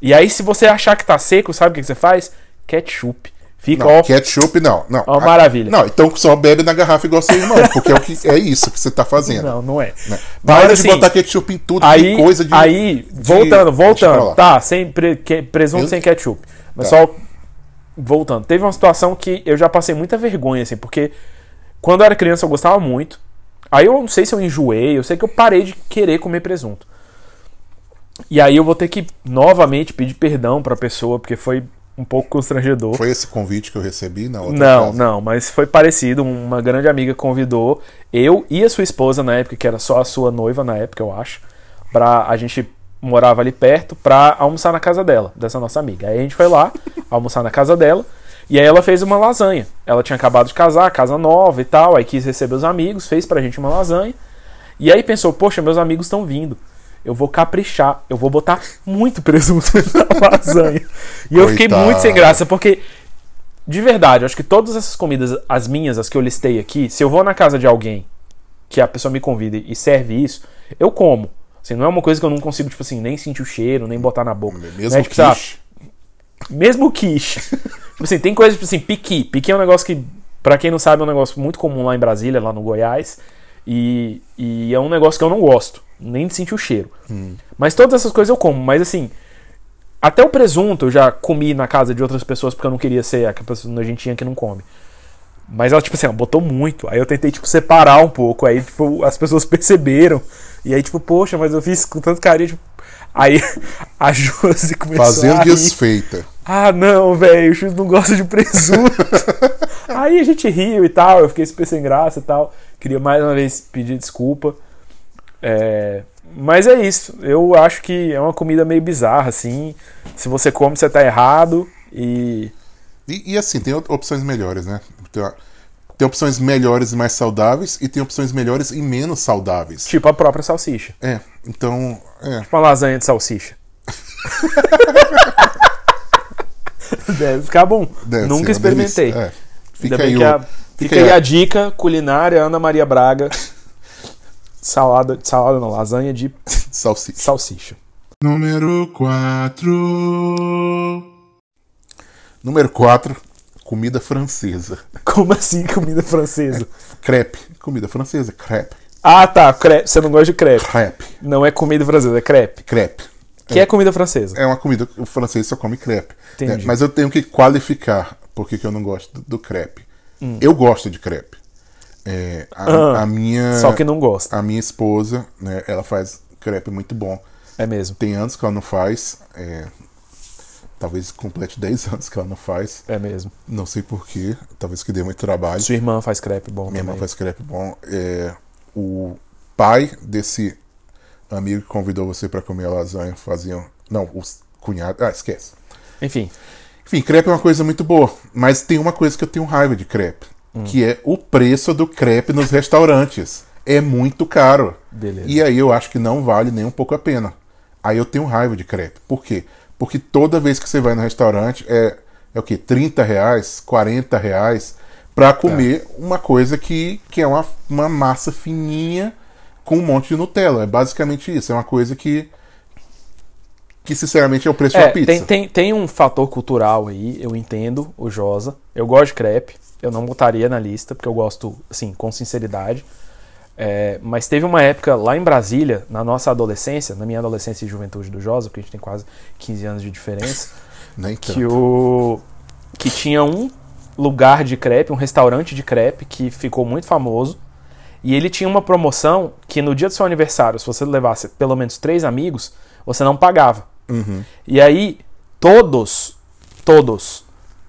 B: E aí, se você achar que tá seco, sabe o que que você faz? Ketchup. Fica,
A: Não,
B: ó.
A: ketchup não. não.
B: Ó,
A: A-
B: maravilha.
A: Não, então só bebe na garrafa igual seu irmão, porque é, o que, é isso que você tá fazendo.
B: Não, não é.
A: né? Na hora de
B: assim,
A: botar ketchup em tudo,
B: Aí,
A: tem coisa de.
B: aí
A: de- deixa
B: voltando,
A: eu
B: voltando.
A: falar.
B: Tá, sem pre- que- presunto
A: Eu-
B: sem ketchup. Mas
A: Tá.
B: só voltando. Teve uma situação que eu já passei muita vergonha, assim, porque quando eu era criança eu gostava muito. Aí eu não sei se eu enjoei, eu sei que eu parei de querer comer presunto. E aí eu vou ter que novamente pedir perdão pra pessoa, porque foi um pouco constrangedor.
A: Foi esse convite que eu recebi na outra
B: Não,
A: casa?
B: não, mas foi parecido. Uma grande amiga convidou eu e a sua esposa na época, que era só a sua noiva na época, eu acho, pra a gente morava ali perto pra almoçar na casa dela, dessa nossa amiga. Aí a gente foi lá almoçar na casa dela e aí ela fez uma lasanha. Ela tinha acabado de casar, casa nova e tal, aí quis receber os amigos, fez pra gente uma lasanha. E aí pensou, poxa, meus amigos estão vindo. Eu vou caprichar, eu vou botar muito presunto na lasanha. E eu fiquei
A: Coitado.
B: muito sem graça, porque de verdade, eu acho que todas essas comidas, as minhas, as que eu listei aqui, se eu vou na casa de alguém que a pessoa me convida e serve isso, eu como. Assim, não é uma coisa que eu não consigo, tipo assim, nem sentir o cheiro, nem botar na boca.
A: Mesmo
B: né?
A: que
B: tipo, sei lá, mesmo quiche. tipo assim, tem coisa, tipo assim, piqui. Piqui é um negócio que, pra quem não sabe, é um negócio muito comum lá em Brasília, lá no Goiás. E, e é um negócio que eu não gosto, nem de sentir o cheiro. Mas todas essas coisas eu como, mas assim. Até o presunto eu já comi na casa de outras pessoas porque eu não queria ser aquela pessoa nojentinha que não come. Mas ela, tipo assim, ela botou muito. Aí eu tentei, tipo, separar um pouco. Aí, tipo, as pessoas perceberam. E aí, tipo, poxa, mas eu fiz com tanto carinho. Tipo... Aí a Josi começou a
A: Fazendo
B: rir.
A: desfeita.
B: Ah, não, velho, o Chus não gosta de presunto. Aí a gente riu e tal, eu fiquei super sem graça e tal. Queria mais uma vez pedir desculpa. É, Mas é isso, eu acho que é uma comida meio bizarra, assim. Se você come, você tá errado. E.
A: E, e assim, tem op- opções melhores, né? Tem, a- tem opções melhores e mais saudáveis, e tem opções melhores e menos saudáveis.
B: Tipo a própria salsicha.
A: É, então. É.
B: Uma lasanha de salsicha. Deve ficar bom.
A: deve
B: Nunca
A: ser uma delícia.
B: experimentei.
A: É.
B: Ainda
A: Fica
B: bem
A: aí,
B: que
A: o,
B: a- Fica, aí a dica culinária Ana Maria Braga. Salada, salada não, lasanha de
A: salsicha.
B: salsicha.
C: Número 4.
A: Número 4, comida francesa.
B: Como assim comida francesa?
A: Crepe. Comida francesa, crepe.
B: Ah, tá, crepe. Você não gosta de crepe.
A: Crepe.
B: Não é comida francesa, é crepe.
A: Crepe.
B: Que é comida francesa.
A: É uma comida que o francês só come crepe.
B: Entendi.
A: É, mas eu tenho que qualificar porque que eu não gosto do, do crepe. Eu gosto de crepe. É, a,
B: Hum. Ah,
A: a minha
B: Só que não gosta,
A: a minha esposa, né, ela faz crepe muito bom.
B: é mesmo.
A: Tem anos que ela não faz. é, talvez complete 10 anos que ela não faz.
B: É mesmo.
A: Não sei porquê. Talvez que dê muito trabalho.
B: Sua irmã faz crepe bom
A: Minha irmã
B: também.
A: faz crepe bom. É, o pai desse amigo que convidou você para comer a lasanha faziam. Não, os cunhados. Ah, esquece.
B: Enfim,
A: Enfim, crepe é uma coisa muito boa, mas tem uma coisa que eu tenho raiva de crepe,
B: Hum.
A: que é o preço do crepe nos restaurantes. É muito caro.
B: Beleza.
A: E aí eu acho que não vale nem um pouco a pena. Aí eu tenho raiva de crepe. Por quê? Porque toda vez que você vai no restaurante é, é o quê? 30 reais, 40 reais
B: Tá.
A: pra comer uma coisa que, que é uma, uma massa fininha com um monte de Nutella. É basicamente isso. É uma coisa que, que sinceramente, é o preço de
B: É,
A: uma pizza.
B: tem, tem, tem um fator cultural aí, eu entendo, o Josa. Eu gosto de crepe, eu não botaria na lista, porque eu gosto, assim, com sinceridade. É, mas teve uma época lá em Brasília, na nossa adolescência, na minha adolescência e juventude do Josa, porque a gente tem quase 15 anos de diferença,
A: Nem tanto.
B: que o que tinha um lugar de crepe, um restaurante de crepe que ficou muito famoso. E ele tinha uma promoção que no dia do seu aniversário, se você levasse pelo menos três amigos, você não pagava. E aí, todos, todos,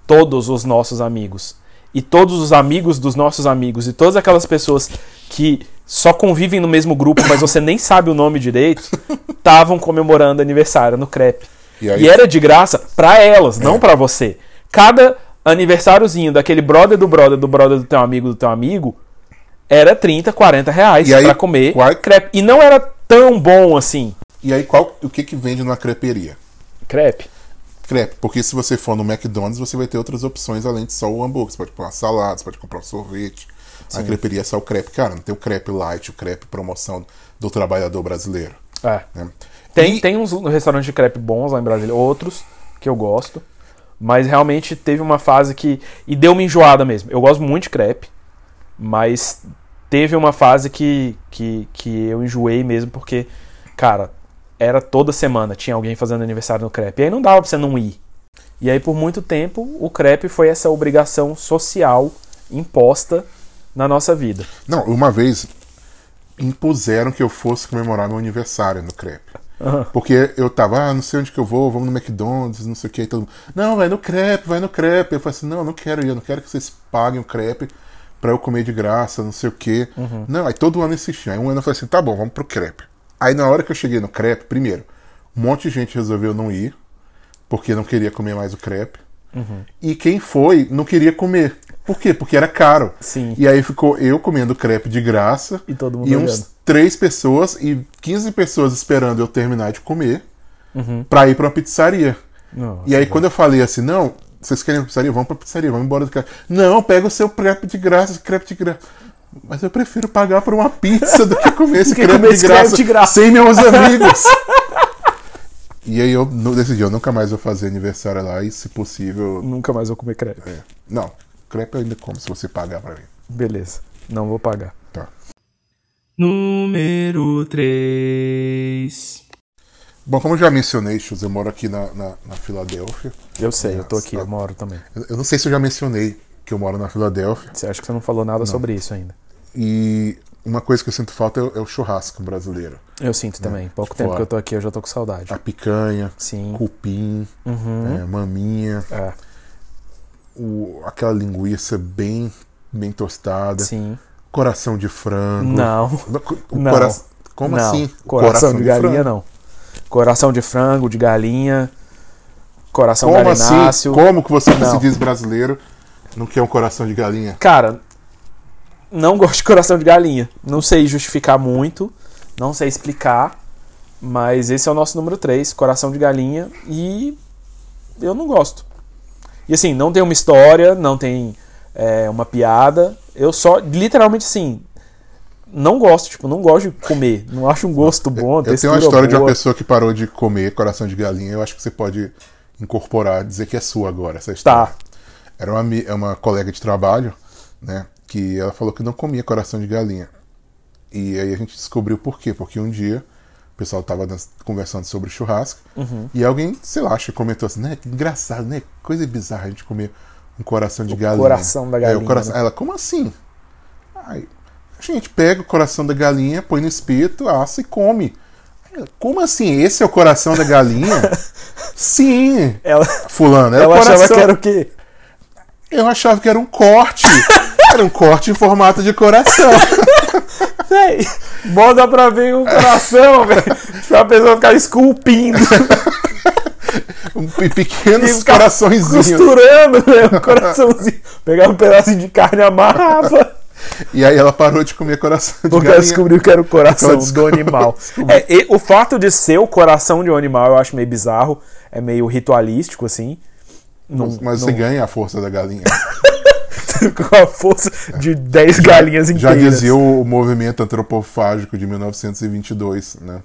B: todos os nossos amigos, e todos os amigos dos nossos amigos, e todas aquelas pessoas que só convivem no mesmo grupo, mas você nem sabe o nome direito, estavam comemorando aniversário no crepe.
A: E
B: E,
A: aí- É.
B: era de graça pra elas, não pra você. Cada aniversáriozinho daquele brother do brother do brother do teu amigo do teu amigo era 30, 40 reais
A: E aí,
B: pra comer
A: qual- é
B: crepe. E não era tão bom assim.
A: E aí, qual, o que que vende numa creperia?
B: Crepe?
A: Crepe, porque se você for no McDonald's, você vai ter outras opções além de só o hambúrguer. Você pode comprar salada, você pode comprar um sorvete. A creperia é só o crepe. Cara, não tem o crepe light, o crepe promoção do trabalhador brasileiro.
B: É.
A: né?
B: Tem,
A: E-
B: tem uns restaurantes de crepe bons lá em Brasília, outros que eu gosto. Mas realmente teve uma fase que. E deu uma enjoada mesmo. Eu gosto muito de crepe, mas teve uma fase que, que, que eu enjoei mesmo, porque, cara, era toda semana tinha alguém fazendo aniversário no crepe. E aí não dava pra você não ir. E aí, por muito tempo, o crepe foi essa obrigação social imposta na nossa vida.
A: Não, uma vez impuseram que eu fosse comemorar meu aniversário no crepe. Porque eu tava, ah, não sei onde que eu vou, vamos no McDonald's, não sei o que. Todo mundo, não, vai no crepe, vai no crepe. Eu falei assim, não, eu não quero ir, eu não quero que vocês paguem o crepe pra eu comer de graça, não sei o que. Não, aí todo ano insistiam. Aí um ano eu falei assim, tá bom, vamos pro crepe. Aí na hora que eu cheguei no crepe, primeiro, um monte de gente resolveu não ir, porque não queria comer mais o crepe. E quem foi, não queria comer. Por quê? Porque era caro.
B: Sim.
A: E aí ficou eu comendo crepe de graça.
B: E todo mundo
A: E uns
B: olhando.
A: três pessoas e 15 pessoas esperando eu terminar de comer pra ir pra uma pizzaria.
B: Uhum. Nossa,
A: e aí quando eu falei assim, não, vocês querem uma pizzaria? Vamos pra pizzaria, vamos embora do crepe. Não, pega o seu crepe de graça, esse crepe de graça. Mas eu prefiro pagar por uma pizza do que comer esse,
B: Do que
A: crepe,
B: comer
A: de
B: esse
A: graça
B: crepe de graça.
A: sem meus amigos. e aí eu nu- decidi, eu nunca mais vou fazer aniversário lá e se possível...
B: Nunca mais vou comer crepe.
A: é. Não, crepe eu ainda como se você pagar pra mim.
B: Beleza. Não vou pagar.
A: Tá.
D: número 3,
A: Bom, como eu já mencionei, Chus, eu moro aqui na, na, na Filadélfia.
B: Eu sei, eu tô aqui,
A: Tá.
B: eu moro também.
A: Eu- Eu não sei se eu já mencionei que eu moro na Filadélfia.
B: Você acha que você não falou nada sobre isso ainda?
A: E uma coisa que eu sinto falta é, o- é o churrasco brasileiro.
B: Eu sinto também. Pouco tempo
A: fora.
B: que eu tô aqui, eu já tô com saudade.
A: A picanha,
B: Sim.
A: cupim, é, maminha,
B: Uhum. É,
A: o- aquela linguiça bem, bem tostada,
B: sim.
A: coração de frango.
B: Não.
A: No- co- o
B: Não.
A: cora- Como
B: não.
A: assim?
B: Coração, de galinha,
A: frango.
B: não. Coração de frango, de galinha. Coração
A: Como assim?
B: galináceo.
A: Como que você que se
B: Não.
A: diz brasileiro não quer um coração de galinha?
B: Cara, não gosto de coração de galinha. Não sei justificar muito, não sei explicar, mas esse é o nosso número 3, coração de galinha, e eu não gosto. E assim, não tem uma história, não tem é, uma piada, eu só, literalmente assim, não gosto, tipo, não gosto de comer, não acho um gosto bom,
A: Eu tenho
B: textura
A: uma história de uma
B: boa.
A: pessoa que parou de comer coração de galinha. Eu acho que você pode incorporar, dizer que é sua agora. Essa história.
B: Tá,
A: Era uma, ami- é uma colega de trabalho, né? Que ela falou que não comia coração de galinha. E aí a gente descobriu por quê. Porque um dia o pessoal tava dan- conversando sobre churrasco
B: Uhum.
A: e alguém, sei lá, acho que comentou assim, né? que Engraçado, né? que Coisa bizarra a gente comer um coração de galinha.
B: coração da
A: É, o
B: galinha,
A: coração...
B: né?
A: Ela, como assim? Aí, a gente pega o coração da galinha, põe no espeto, assa e come. Aí ela, Como assim? Esse é o coração da galinha? Sim!
B: ela,
A: Fulano, era o
B: ela
A: coração.
B: achava que era o quê?
A: Eu achava que era um corte. era um corte em formato de coração.
B: Véi, bota pra ver o coração, velho, pra pessoa ficar esculpindo.
A: Um pe- pequenos
B: Ficar
A: coraçõezinhos.
B: costurando, né? O coraçãozinho. Pegava um pedaço de carne e amarrava.
A: E aí ela parou de comer coração de
B: Porque ela
A: galinha.
B: descobriu que era o coração
A: Ela
B: do
A: descobriu-
B: animal. É, e o fato de ser o coração de um animal eu acho meio bizarro. É meio ritualístico, assim. Não,
A: Mas você ganha a força da galinha.
B: com a força de 10 galinhas
A: Já
B: inteiras.
A: dizia o, o movimento antropofágico de 1922, né?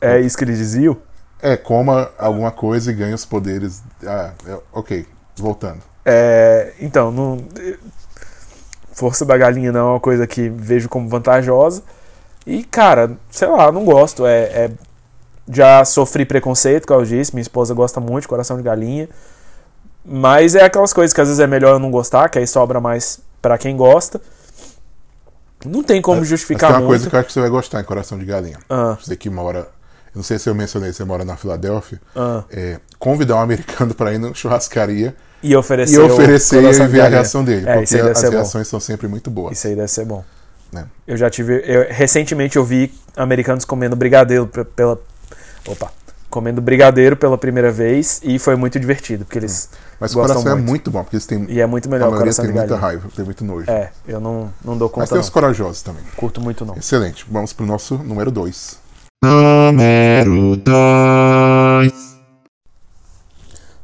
B: É isso que eles diziam?
A: É, coma alguma coisa e ganha os poderes. Ah, é- ok. Voltando.
B: É, então, não, força da galinha não é uma coisa que vejo como vantajosa. E, cara, sei lá, não gosto. É, é- já sofri preconceito, como eu disse, minha esposa gosta muito de coração de galinha. Mas é aquelas coisas que às vezes é melhor eu não gostar, que aí sobra mais pra quem gosta. Não tem como
A: Mas tem
B: justificar
A: uma
B: muito.
A: coisa que eu acho que você vai gostar em Coração de Galinha.
B: Ah.
A: Você que mora. Eu não sei se eu mencionei, você mora na Filadélfia.
B: Ah.
A: É, convidar um americano pra ir na churrascaria
B: E oferecer,
A: e
B: é o
A: oferecer
B: coração
A: e
B: de
A: ver a
B: galinha.
A: reação dele.
B: É, isso
A: porque assim,
B: aí deve
A: as
B: ser bom.
A: reações são sempre muito boas.
B: Isso aí deve ser bom.
A: Né?
B: Eu já tive. eu- recentemente eu vi americanos comendo brigadeiro pe- pela. Opa! Comendo brigadeiro pela primeira vez e foi muito divertido, porque eles.
A: Mas o
B: gostam
A: coração é
B: muito.
A: muito bom, porque eles têm.
B: E é muito
A: a
B: melhor o
A: maioria
B: coração
A: tem
B: de
A: muita
B: galinha.
A: raiva, tem muito nojo.
B: É, tá eu não, não dou
A: Mas
B: conta,
A: tem
B: não.
A: os corajosos também.
B: Curto muito, não.
A: Excelente. Vamos pro nosso número 2.
C: número 2,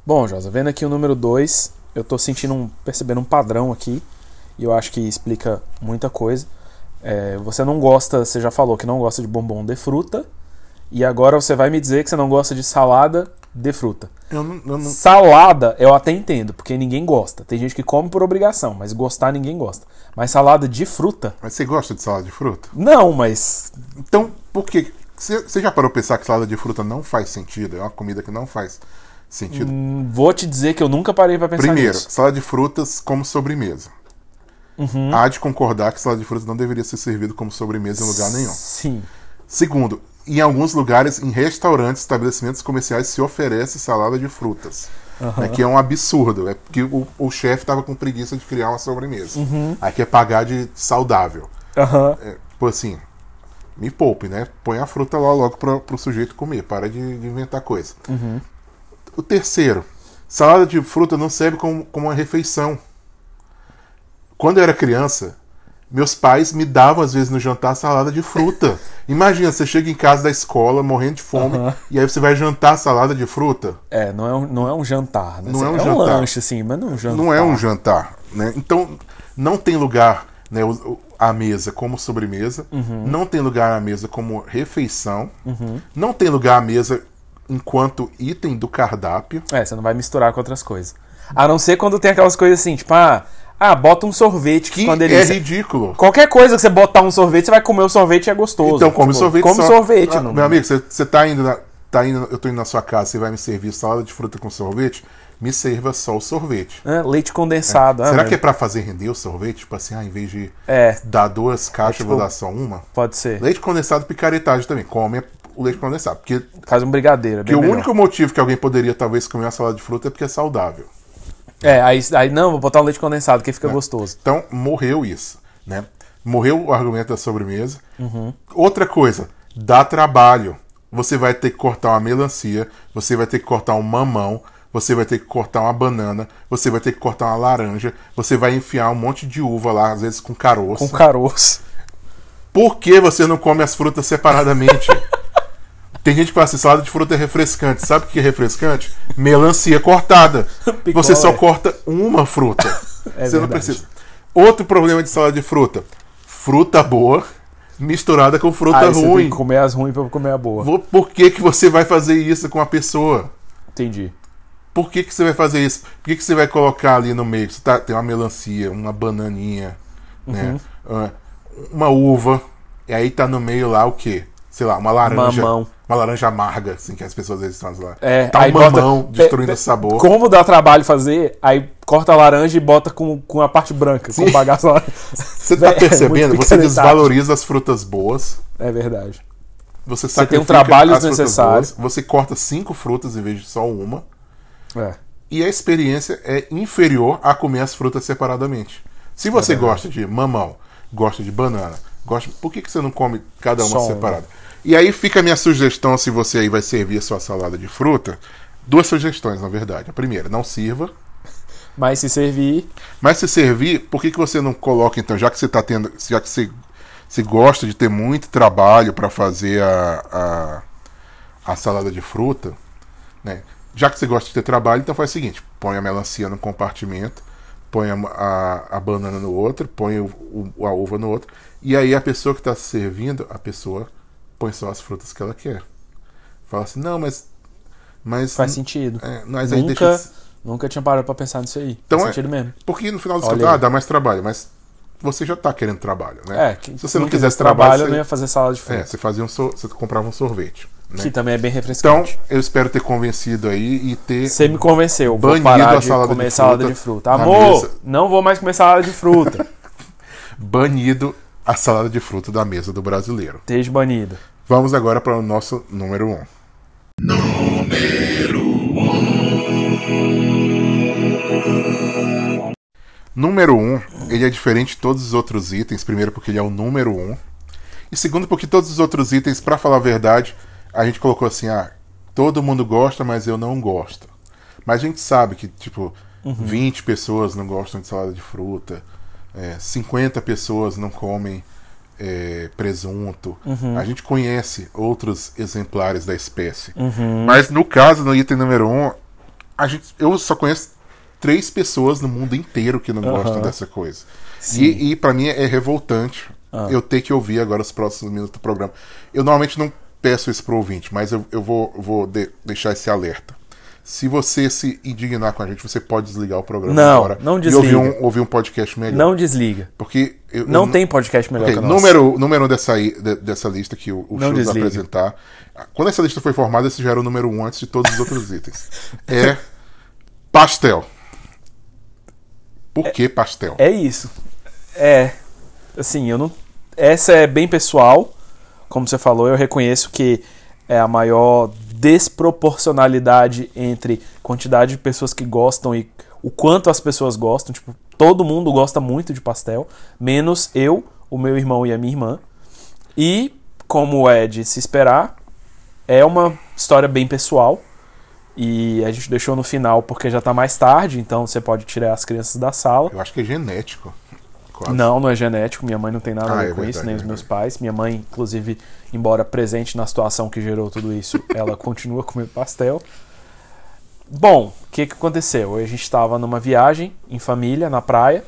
B: Bom, Josa, vendo aqui o número 2, eu tô sentindo um. percebendo um padrão aqui. E eu acho que explica muita coisa. É, você não gosta, você já falou que não gosta de bombom de fruta. E agora você vai me dizer que você não gosta de salada de fruta.
A: Eu não, eu não-
B: Salada eu até entendo, porque ninguém gosta. Tem gente que come por obrigação, mas gostar ninguém gosta. Mas salada de fruta?
A: Mas você gosta de salada de fruta?
B: Não, mas.
A: Então, por quê? Você você já parou pra pensar que salada de fruta não faz sentido? É uma comida que não faz sentido?
B: hum, é Vou te dizer que eu nunca parei pra pensar
A: Primeiro,
B: nisso.
A: salada de frutas como sobremesa.
B: Uhum.
A: Há de concordar que salada de frutas não deveria ser servido como sobremesa em lugar nenhum.
B: Sim.
A: Segundo, em alguns lugares, em restaurantes, estabelecimentos comerciais, se oferece salada de frutas. Né, que é um absurdo. É porque o, o chefe tava com preguiça de criar uma sobremesa. Aí quer pagar de saudável.
B: Aham.
A: É, pô, assim, me poupe, né? Põe a fruta lá logo pra, pro sujeito comer. Para de, de inventar coisa. O terceiro, salada de fruta não serve como, como uma refeição. Quando eu era criança, meus pais me davam, às vezes, no jantar, salada de fruta. Imagina, você chega em casa da escola, morrendo de fome,
B: Aham.
A: e aí você vai jantar salada de fruta?
B: É, não é um, não é um jantar, né?
A: Não é um
B: é um
A: jantar.
B: lanche, assim, mas não é um jantar.
A: Não é um jantar, né? Então, não tem lugar né, o- o- à mesa como sobremesa,
B: Uhum.
A: não tem lugar à mesa como refeição, não tem lugar à mesa enquanto item do cardápio.
B: É, você não vai misturar com outras coisas. A não ser quando tem aquelas coisas assim, tipo, ah, ah bota um sorvete que,
A: Que
B: quando ele
A: é ridículo.
B: Qualquer coisa que você botar um sorvete, você vai comer o sorvete e é gostoso.
A: Então come
B: Tipo,
A: sorvete.
B: Come
A: só-
B: sorvete.
A: Ah,
B: não-
A: Meu amigo, você- você tá indo na. Tá indo, eu tô indo na sua casa, você vai me servir salada de fruta com sorvete? Me sirva só o sorvete.
B: É, leite condensado.
A: Será
B: ah,
A: que é pra fazer render o sorvete? Tipo assim, ah, em vez de
B: É.
A: dar duas caixas,
B: tipo-
A: eu vou dar só uma?
B: Pode ser.
A: Leite condensado picaretagem também. Come o leite condensado. Porque,
B: Faz um brigadeiro. é
A: porque
B: bem
A: o
B: melhor.
A: único motivo que alguém poderia talvez comer uma salada de fruta é porque é saudável.
B: É, aí, aí não, vou botar um leite condensado, que fica gostoso.
A: Então, morreu isso, né? Morreu o argumento da sobremesa.
B: Uhum.
A: Outra coisa, dá trabalho. Você vai ter que cortar uma melancia, você vai ter que cortar um mamão, você vai ter que cortar uma banana, você vai ter que cortar uma laranja, você vai enfiar um monte de uva lá, às vezes com caroço.
B: Com Um caroço.
A: Por que você não come as frutas separadamente? Tem gente que fala assim, salada de fruta é refrescante. Sabe o que é refrescante? Melancia cortada.
B: Picolé.
A: Você só corta uma fruta.
B: É
A: você não
B: verdade.
A: precisa. Outro problema de salada de fruta. Fruta boa misturada com fruta
B: aí você tem
A: ruim.
B: que comer as ruins pra comer a boa.
A: Vou- Por que, que você vai fazer isso com a pessoa?
B: Entendi.
A: Por que, que você vai fazer isso? Por que, que você vai colocar ali no meio? Você tá, tem uma melancia, uma bananinha, né?
B: Uhum.
A: Ah, Uma uva. E aí tá no meio lá o quê? Sei lá, uma laranja.
B: Mamão.
A: Uma laranja amarga, assim, que as pessoas às vezes fazem lá.
B: É,
A: tá
B: aí
A: um mamão
B: bota-
A: destruindo
B: pe-
A: o sabor.
B: Como dá trabalho fazer, aí corta a laranja e bota com, com a parte branca, com o bagaço lá.
A: Você tá
B: É, é
A: percebendo?
B: muito
A: você
B: picaretagem.
A: desvaloriza as frutas boas.
B: É verdade.
A: Você,
B: tem um
A: sacrifica
B: trabalho
A: as frutas
B: desnecessário.
A: boas, Você corta cinco frutas em vez de só uma.
B: É.
A: e a experiência é inferior a comer as frutas separadamente. Se você gosta de mamão, gosta de banana, gosta, por que, que você não come cada uma
B: Só uma.
A: separada? E aí fica a minha sugestão, se você aí vai servir a sua salada de fruta, duas sugestões, na verdade. A primeira, não sirva.
B: Mas se servir,
A: Mas se servir, por que, que você não coloca, então, já que você tá tendo. Já que você, você gosta de ter muito trabalho para fazer a, a, a salada de fruta, né? Já que você gosta de ter trabalho, então faz o seguinte: põe a melancia num compartimento, põe a, a, a banana no outro, põe o, o- a uva no outro, e aí a pessoa que está servindo, a pessoa põe só as frutas que ela quer. Fala assim, não, mas. mas
B: faz sentido.
A: é, mas aí
B: nunca,
A: deixa de-
B: nunca tinha parado pra pensar nisso aí.
A: então,
B: faz
A: é-
B: sentido mesmo.
A: Porque no final dos
B: Olha
A: contos, ah,
B: aí.
A: dá mais trabalho, mas você já tá querendo trabalho, né?
B: É, que-
A: se você não,
B: quisesse
A: quisesse trabalho,
B: eu não ia
A: você...
B: fazer salada de
A: É,
B: fruta.
A: você fazia um sor- você comprava um sorvete, né?
B: Que também é bem
A: Então,
B: refrescante.
A: eu espero ter convencido aí e ter
B: Você me convenceu. Vou
A: Banido
B: parar
A: a
B: de
A: salada de
B: comer
A: fruta
B: salada de fruta.
A: na
B: Amor,
A: mesa.
B: não vou mais comer salada de fruta.
A: banido a salada de fruta da mesa do brasileiro.
B: Esteja banido.
A: Vamos agora para o nosso número 1. Um. Número 1, um, ele é diferente de todos os outros itens. Primeiro, porque ele é o número 1. Um. E segundo, porque todos os outros itens, pra falar a verdade, a gente colocou assim: ah, todo mundo gosta, mas eu não gosto. Mas a gente sabe que, tipo, 20 pessoas não gostam de salada de fruta, é, 50 pessoas não comem é, presunto. A gente conhece outros exemplares da espécie. Mas no caso, no item número 1, um, a gente, eu só conheço três pessoas no mundo inteiro que não gostam dessa coisa. E, e para mim é revoltante
B: Ah.
A: eu ter que ouvir agora os próximos minutos do programa. Eu normalmente não peço isso pro ouvinte, mas eu, eu vou, vou de- deixar esse alerta. Se você se indignar com a gente, você pode desligar o programa
B: Não,
A: agora
B: não
A: e ouvir
B: desliga.
A: um, ouvir um podcast melhor.
B: Não desliga.
A: porque eu- eu
B: Não tem podcast melhor
A: Uhum. Ok,
B: que o nosso.
A: número, número um dessa, aí- de- dessa lista que o, o
B: Não
A: Chus vai
B: desliga.
A: apresentar. Quando essa lista foi formada, esse já era o número um antes de todos os outros itens. É pastel. Por que pastel?
B: É isso. É. Assim, eu não. Essa é bem é pessoal. como você falou, eu reconheço que é a maior desproporcionalidade entre quantidade de pessoas que gostam e o quanto as pessoas gostam. Tipo, todo mundo gosta muito de pastel, menos eu, o meu irmão e a minha irmã. E, como é de se esperar, é uma história bem pessoal. E a gente deixou no final porque já tá mais tarde, então você pode tirar as crianças da sala.
A: Eu acho que é genético. quase.
B: Não, não é genético, minha mãe não tem nada a
A: Ah,
B: ver
A: é
B: com isso,
A: verdade,
B: nem
A: é
B: os meus
A: verdade.
B: pais. Minha mãe, inclusive, embora presente na situação que gerou tudo isso, ela continua comendo pastel. Bom, o que, que aconteceu? A gente estava numa viagem em família, na praia,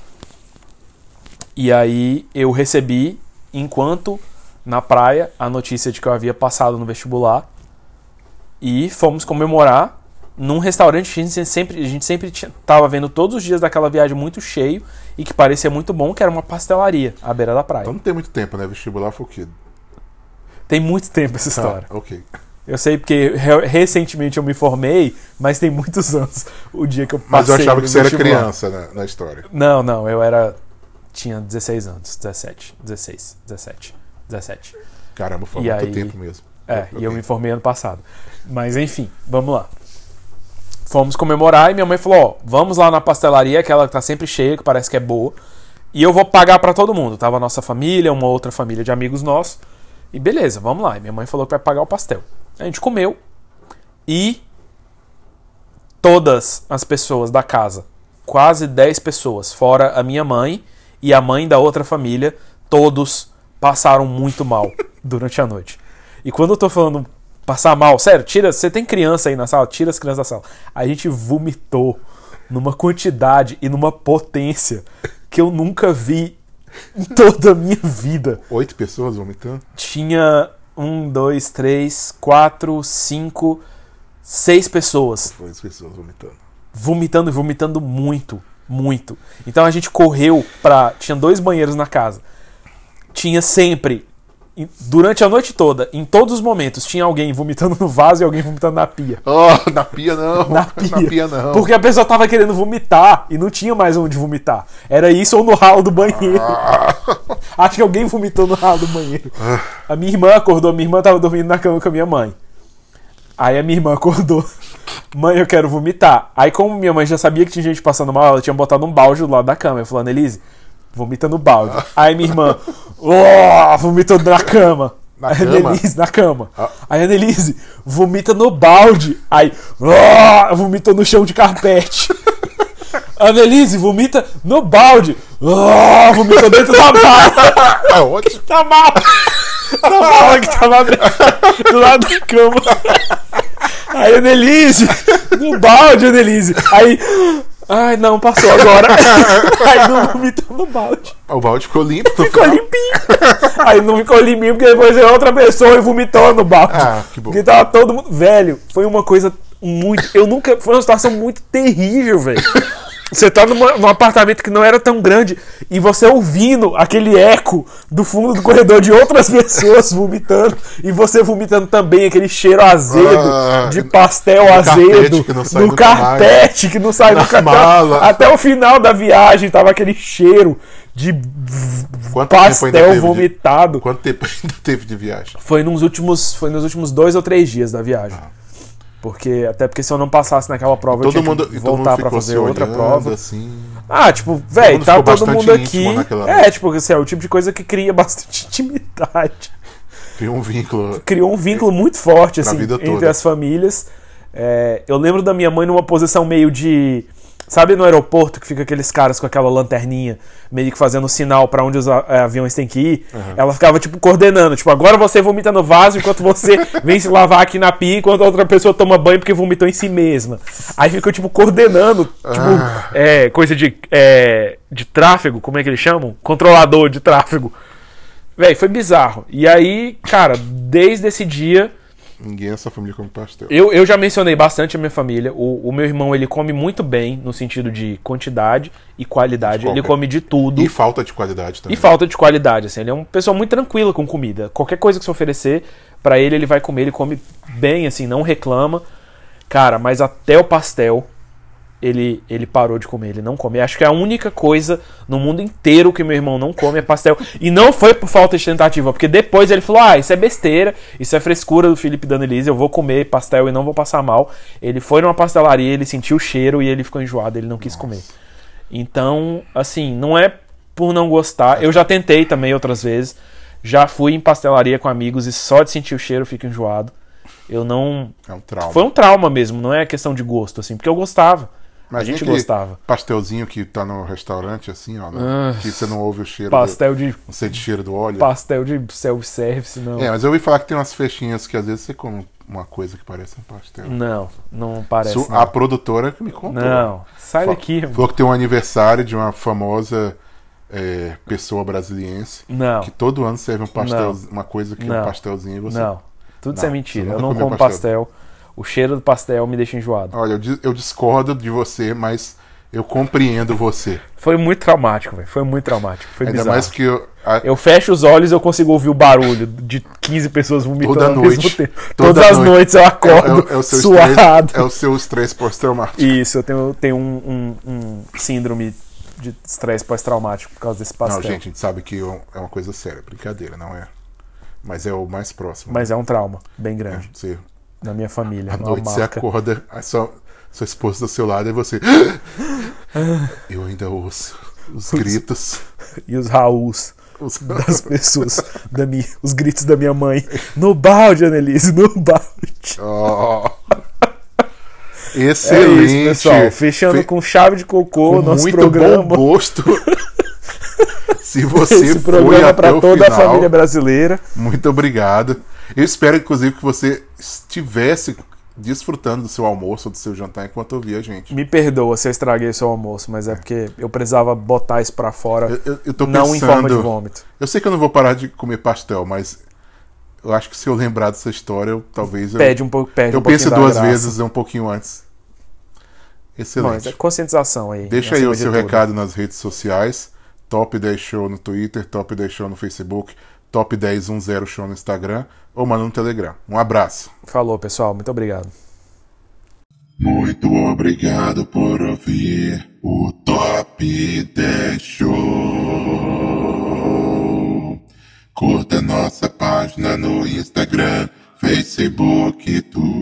B: e aí eu recebi, enquanto na praia, a notícia de que eu havia passado no vestibular e fomos comemorar num restaurante que a gente sempre, a gente sempre tinha- tava vendo todos os dias daquela viagem muito cheio e que parecia muito bom, que era uma pastelaria à beira da praia.
A: Então não tem muito tempo, né? Vestibular foi o quê?
B: Tem muito tempo essa história.
A: Ah, ok.
B: Eu sei porque re- recentemente eu me formei, mas tem muitos anos o dia que eu
A: Mas
B: passei
A: eu achava
B: no
A: que você era
B: vestibular.
A: criança na, na história.
B: Não, não, eu era tinha 16 anos, 17, 16, 17, 17.
A: Caramba, foi
B: E
A: muito
B: aí-
A: tempo mesmo.
B: É, e eu
A: Ok.
B: me formei ano passado. Mas enfim, vamos lá. Fomos comemorar e minha mãe falou: ó, vamos lá na pastelaria, aquela que tá sempre cheia, que parece que é boa. E eu vou pagar pra todo mundo. Tava a nossa família, uma outra família de amigos nossos. E beleza, vamos lá. E minha mãe falou que vai pagar o pastel. A gente comeu e todas as pessoas da casa, quase 10 pessoas, fora a minha mãe e a mãe da outra família, todos passaram muito mal durante a noite. E quando eu tô falando passar mal, sério, tira, você tem criança aí na sala, tira as crianças da sala. A gente vomitou numa quantidade e numa potência que eu nunca vi em toda a minha vida
A: Oito pessoas vomitando?
B: tinha um, dois, três, quatro, cinco, seis pessoas
A: Foi as pessoas vomitando.
B: vomitando e vomitando muito, muito. Então a gente correu pra. Tinha dois banheiros na casa. Tinha sempre, em- durante a noite toda, em todos os momentos, tinha alguém vomitando no vaso e alguém vomitando na pia.
A: Oh, na pia não!
B: Na pia.
A: não!
B: Porque a pessoa tava querendo vomitar e não tinha mais onde vomitar. Era isso ou no ralo do banheiro.
A: Ah.
B: Acho que alguém vomitou no ralo do banheiro. A minha irmã acordou, minha irmã tava dormindo na cama com a minha mãe. Aí a minha irmã acordou. Mãe, eu quero vomitar. Aí, como minha mãe já sabia que tinha gente passando mal, ela tinha botado um balde do lado da cama. Eu falando, Elise, vomita no balde. Aí minha irmã, oh, vomitou na cama.
A: Na
B: Aí a
A: cama?
B: Annelise, na cama.
A: Ah.
B: Aí a Annelise vomita no balde. Aí, oh, vomitou no chão de carpete. A Annelise vomita no balde. Oh, vomita dentro da mala.
A: Ah, ótimo!
B: Da mala. Da mala Tá é que tava aberta do lado da cama. Aí, Annelise, no balde, Annelise. Aí, ai, não, passou agora. Aí, não vomitou no balde.
A: O balde ficou limpo.
B: Ficou limpinho. Aí não ficou limpinho porque depois veio outra pessoa e vomitou no balde.
A: Ah, que bom.
B: Porque tava todo mundo. Velho, foi uma coisa muito. Eu nunca. Foi uma situação muito terrível, velho. Você tá numa- num apartamento que não era tão grande e você ouvindo aquele eco do fundo do corredor de outras pessoas vomitando e você vomitando também aquele cheiro azedo
A: Ah,
B: de pastel azedo
A: carpete que não sai
B: no
A: nunca mais.
B: carpete que não sai do
A: mala.
B: Até o final da viagem tava aquele cheiro de
A: Quanto tempo ainda
B: pastel
A: teve de-
B: vomitado.
A: Quanto tempo ainda teve de viagem?
B: Foi nos últimos, foi nos últimos dois ou três dias da viagem. Porque até porque se eu não passasse naquela prova, eu
A: Ah. Todo
B: tinha
A: mundo,
B: que
A: e todo mundo
B: voltar pra
A: ficou
B: fazer
A: se
B: outra
A: olhando,
B: prova.
A: assim.
B: Ah, tipo, velho,
A: mundo
B: tá
A: ficou
B: todo
A: bastante
B: mundo aqui.
A: íntimo naquela
B: É,
A: noite.
B: tipo, assim, é o tipo de coisa que cria bastante intimidade.
A: Criou um vínculo.
B: Criou um vínculo muito forte, assim,
A: vida toda.
B: entre as famílias. É, eu lembro da minha mãe numa posição meio de. Sabe no aeroporto que fica aqueles caras com aquela lanterninha, meio que fazendo sinal pra onde os a- eh, aviões têm que ir? Ela ficava, tipo, coordenando. Tipo, agora você vomita no vaso enquanto você vem se lavar aqui na pia, enquanto a outra pessoa toma banho porque vomitou em si mesma. Aí ficou, tipo, coordenando, tipo,
A: Ah.
B: é, coisa de, é, de tráfego, como é que eles chamam? Controlador de tráfego. Véi, foi bizarro. E aí, cara, desde esse dia.
A: Ninguém nessa família come pastel.
B: Eu, eu já mencionei bastante a minha família. O, o meu irmão, ele come muito bem, no sentido de quantidade e qualidade. Ele
A: Qualquer-
B: come de tudo.
A: E falta de qualidade também.
B: E falta de qualidade, assim. Ele é uma pessoa muito tranquila com comida. Qualquer coisa que você oferecer pra ele, ele vai comer. Ele come bem, assim, não reclama. Cara, mas até o pastel, ele, ele parou de comer, ele não come. Acho que é a única coisa no mundo inteiro que meu irmão não come é pastel. E não foi por falta de tentativa, porque depois ele falou: ah, isso é besteira, isso é frescura do Felipe Danelise, eu vou comer pastel e não vou passar mal. Ele foi numa pastelaria, ele sentiu o cheiro e ele ficou enjoado, ele não quis comer. Então, assim, não é por não gostar. Eu já tentei também outras vezes. Já fui em pastelaria com amigos e só de sentir o cheiro eu fico enjoado. Eu não.
A: É um trauma.
B: Foi um trauma mesmo, não é questão de gosto, assim, porque eu gostava.
A: Mas
B: a gente
A: aquele
B: gostava. Ah.
A: Pastelzinho que tá no restaurante, assim, ó. né? Que você não ouve o cheiro. Do,
B: Pastel de.
A: não sente cheiro do óleo.
B: Pastel de self-service, não.
A: É, mas eu ouvi falar que tem umas fechinhas que às vezes você come uma coisa que parece um pastel.
B: Não, não parece.
A: Su-
B: não.
A: a produtora que me contou.
B: Não, sai
A: Fa-
B: daqui, irmão.
A: Falou que tem um aniversário de uma famosa é, pessoa brasiliense.
B: Não,
A: Que todo ano serve um pastel, uma coisa que é um
B: Não.
A: pastelzinho e você.
B: não. Tudo isso é
A: Não,
B: mentira.
A: você
B: Eu
A: nunca
B: não
A: comeu
B: como pastel. O cheiro do pastel me deixa enjoado.
A: Olha, eu, di- eu discordo de você, mas eu compreendo você.
B: Foi muito traumático, velho. Foi muito traumático. Foi
A: Ainda
B: É bizarro.
A: mais que eu, a- é,
B: Eu fecho os olhos e eu consigo ouvir o barulho de 15 pessoas vomitando
A: Toda
B: ao
A: noite.
B: mesmo tempo.
A: Toda
B: Todas as
A: noite.
B: noites eu acordo
A: é, é, o seu
B: suado.
A: estresse, é o seu estresse pós-traumático.
B: Isso, eu tenho, eu tenho um, um- um síndrome de estresse pós-traumático por causa desse
A: Não,
B: pastel.
A: gente, a gente sabe que eu- é uma coisa séria, brincadeira, não é? Mas é o mais próximo.
B: Mas é um trauma bem
A: né?
B: grande
A: Você,
B: na minha família.
A: à
B: uma
A: noite você
B: marca.
A: acorda, a sua, sua esposa do seu lado e você. "Ah!" eu ainda ouço os gritos.
B: E os Raúls
A: Os...
B: das pessoas, da minha, os gritos da minha mãe. No balde, Annelise, no balde.
A: Oh.
B: É
A: Excelente.
B: isso, pessoal. Fechando
A: Fe-
B: com chave de cocô o nosso
A: muito
B: programa.
A: bom gosto. Se você
B: Esse
A: foi
B: programa
A: até
B: para
A: o
B: toda
A: final,
B: a família brasileira.
A: muito obrigado. Eu espero, inclusive, que você estivesse desfrutando do seu almoço ou do seu jantar enquanto ouvia a gente.
B: Me perdoa se eu estraguei o seu almoço, mas é porque eu precisava botar isso pra fora,
A: Eu, eu, eu tô
B: não
A: pensando.
B: em forma de vômito.
A: eu sei que eu não vou parar de comer pastel, mas eu acho que se eu lembrar dessa história, eu, talvez eu,
B: Perde um pouco, perde
A: eu
B: um pouquinho
A: pense
B: da
A: duas
B: graça.
A: vezes, um pouquinho antes. Excelente.
B: Mas é conscientização aí.
A: Deixa aí
B: acima
A: o
B: é de
A: seu
B: tudo.
A: recado nas redes sociais. Top 10 Show no Twitter, Top 10 Show no Facebook, Top 1010 Show no Instagram ou manda no Telegram. Um abraço.
B: Falou, pessoal. Muito obrigado.
C: Muito obrigado por ouvir o Top 10 Show. Curta nossa página no Instagram, Facebook e Twitter.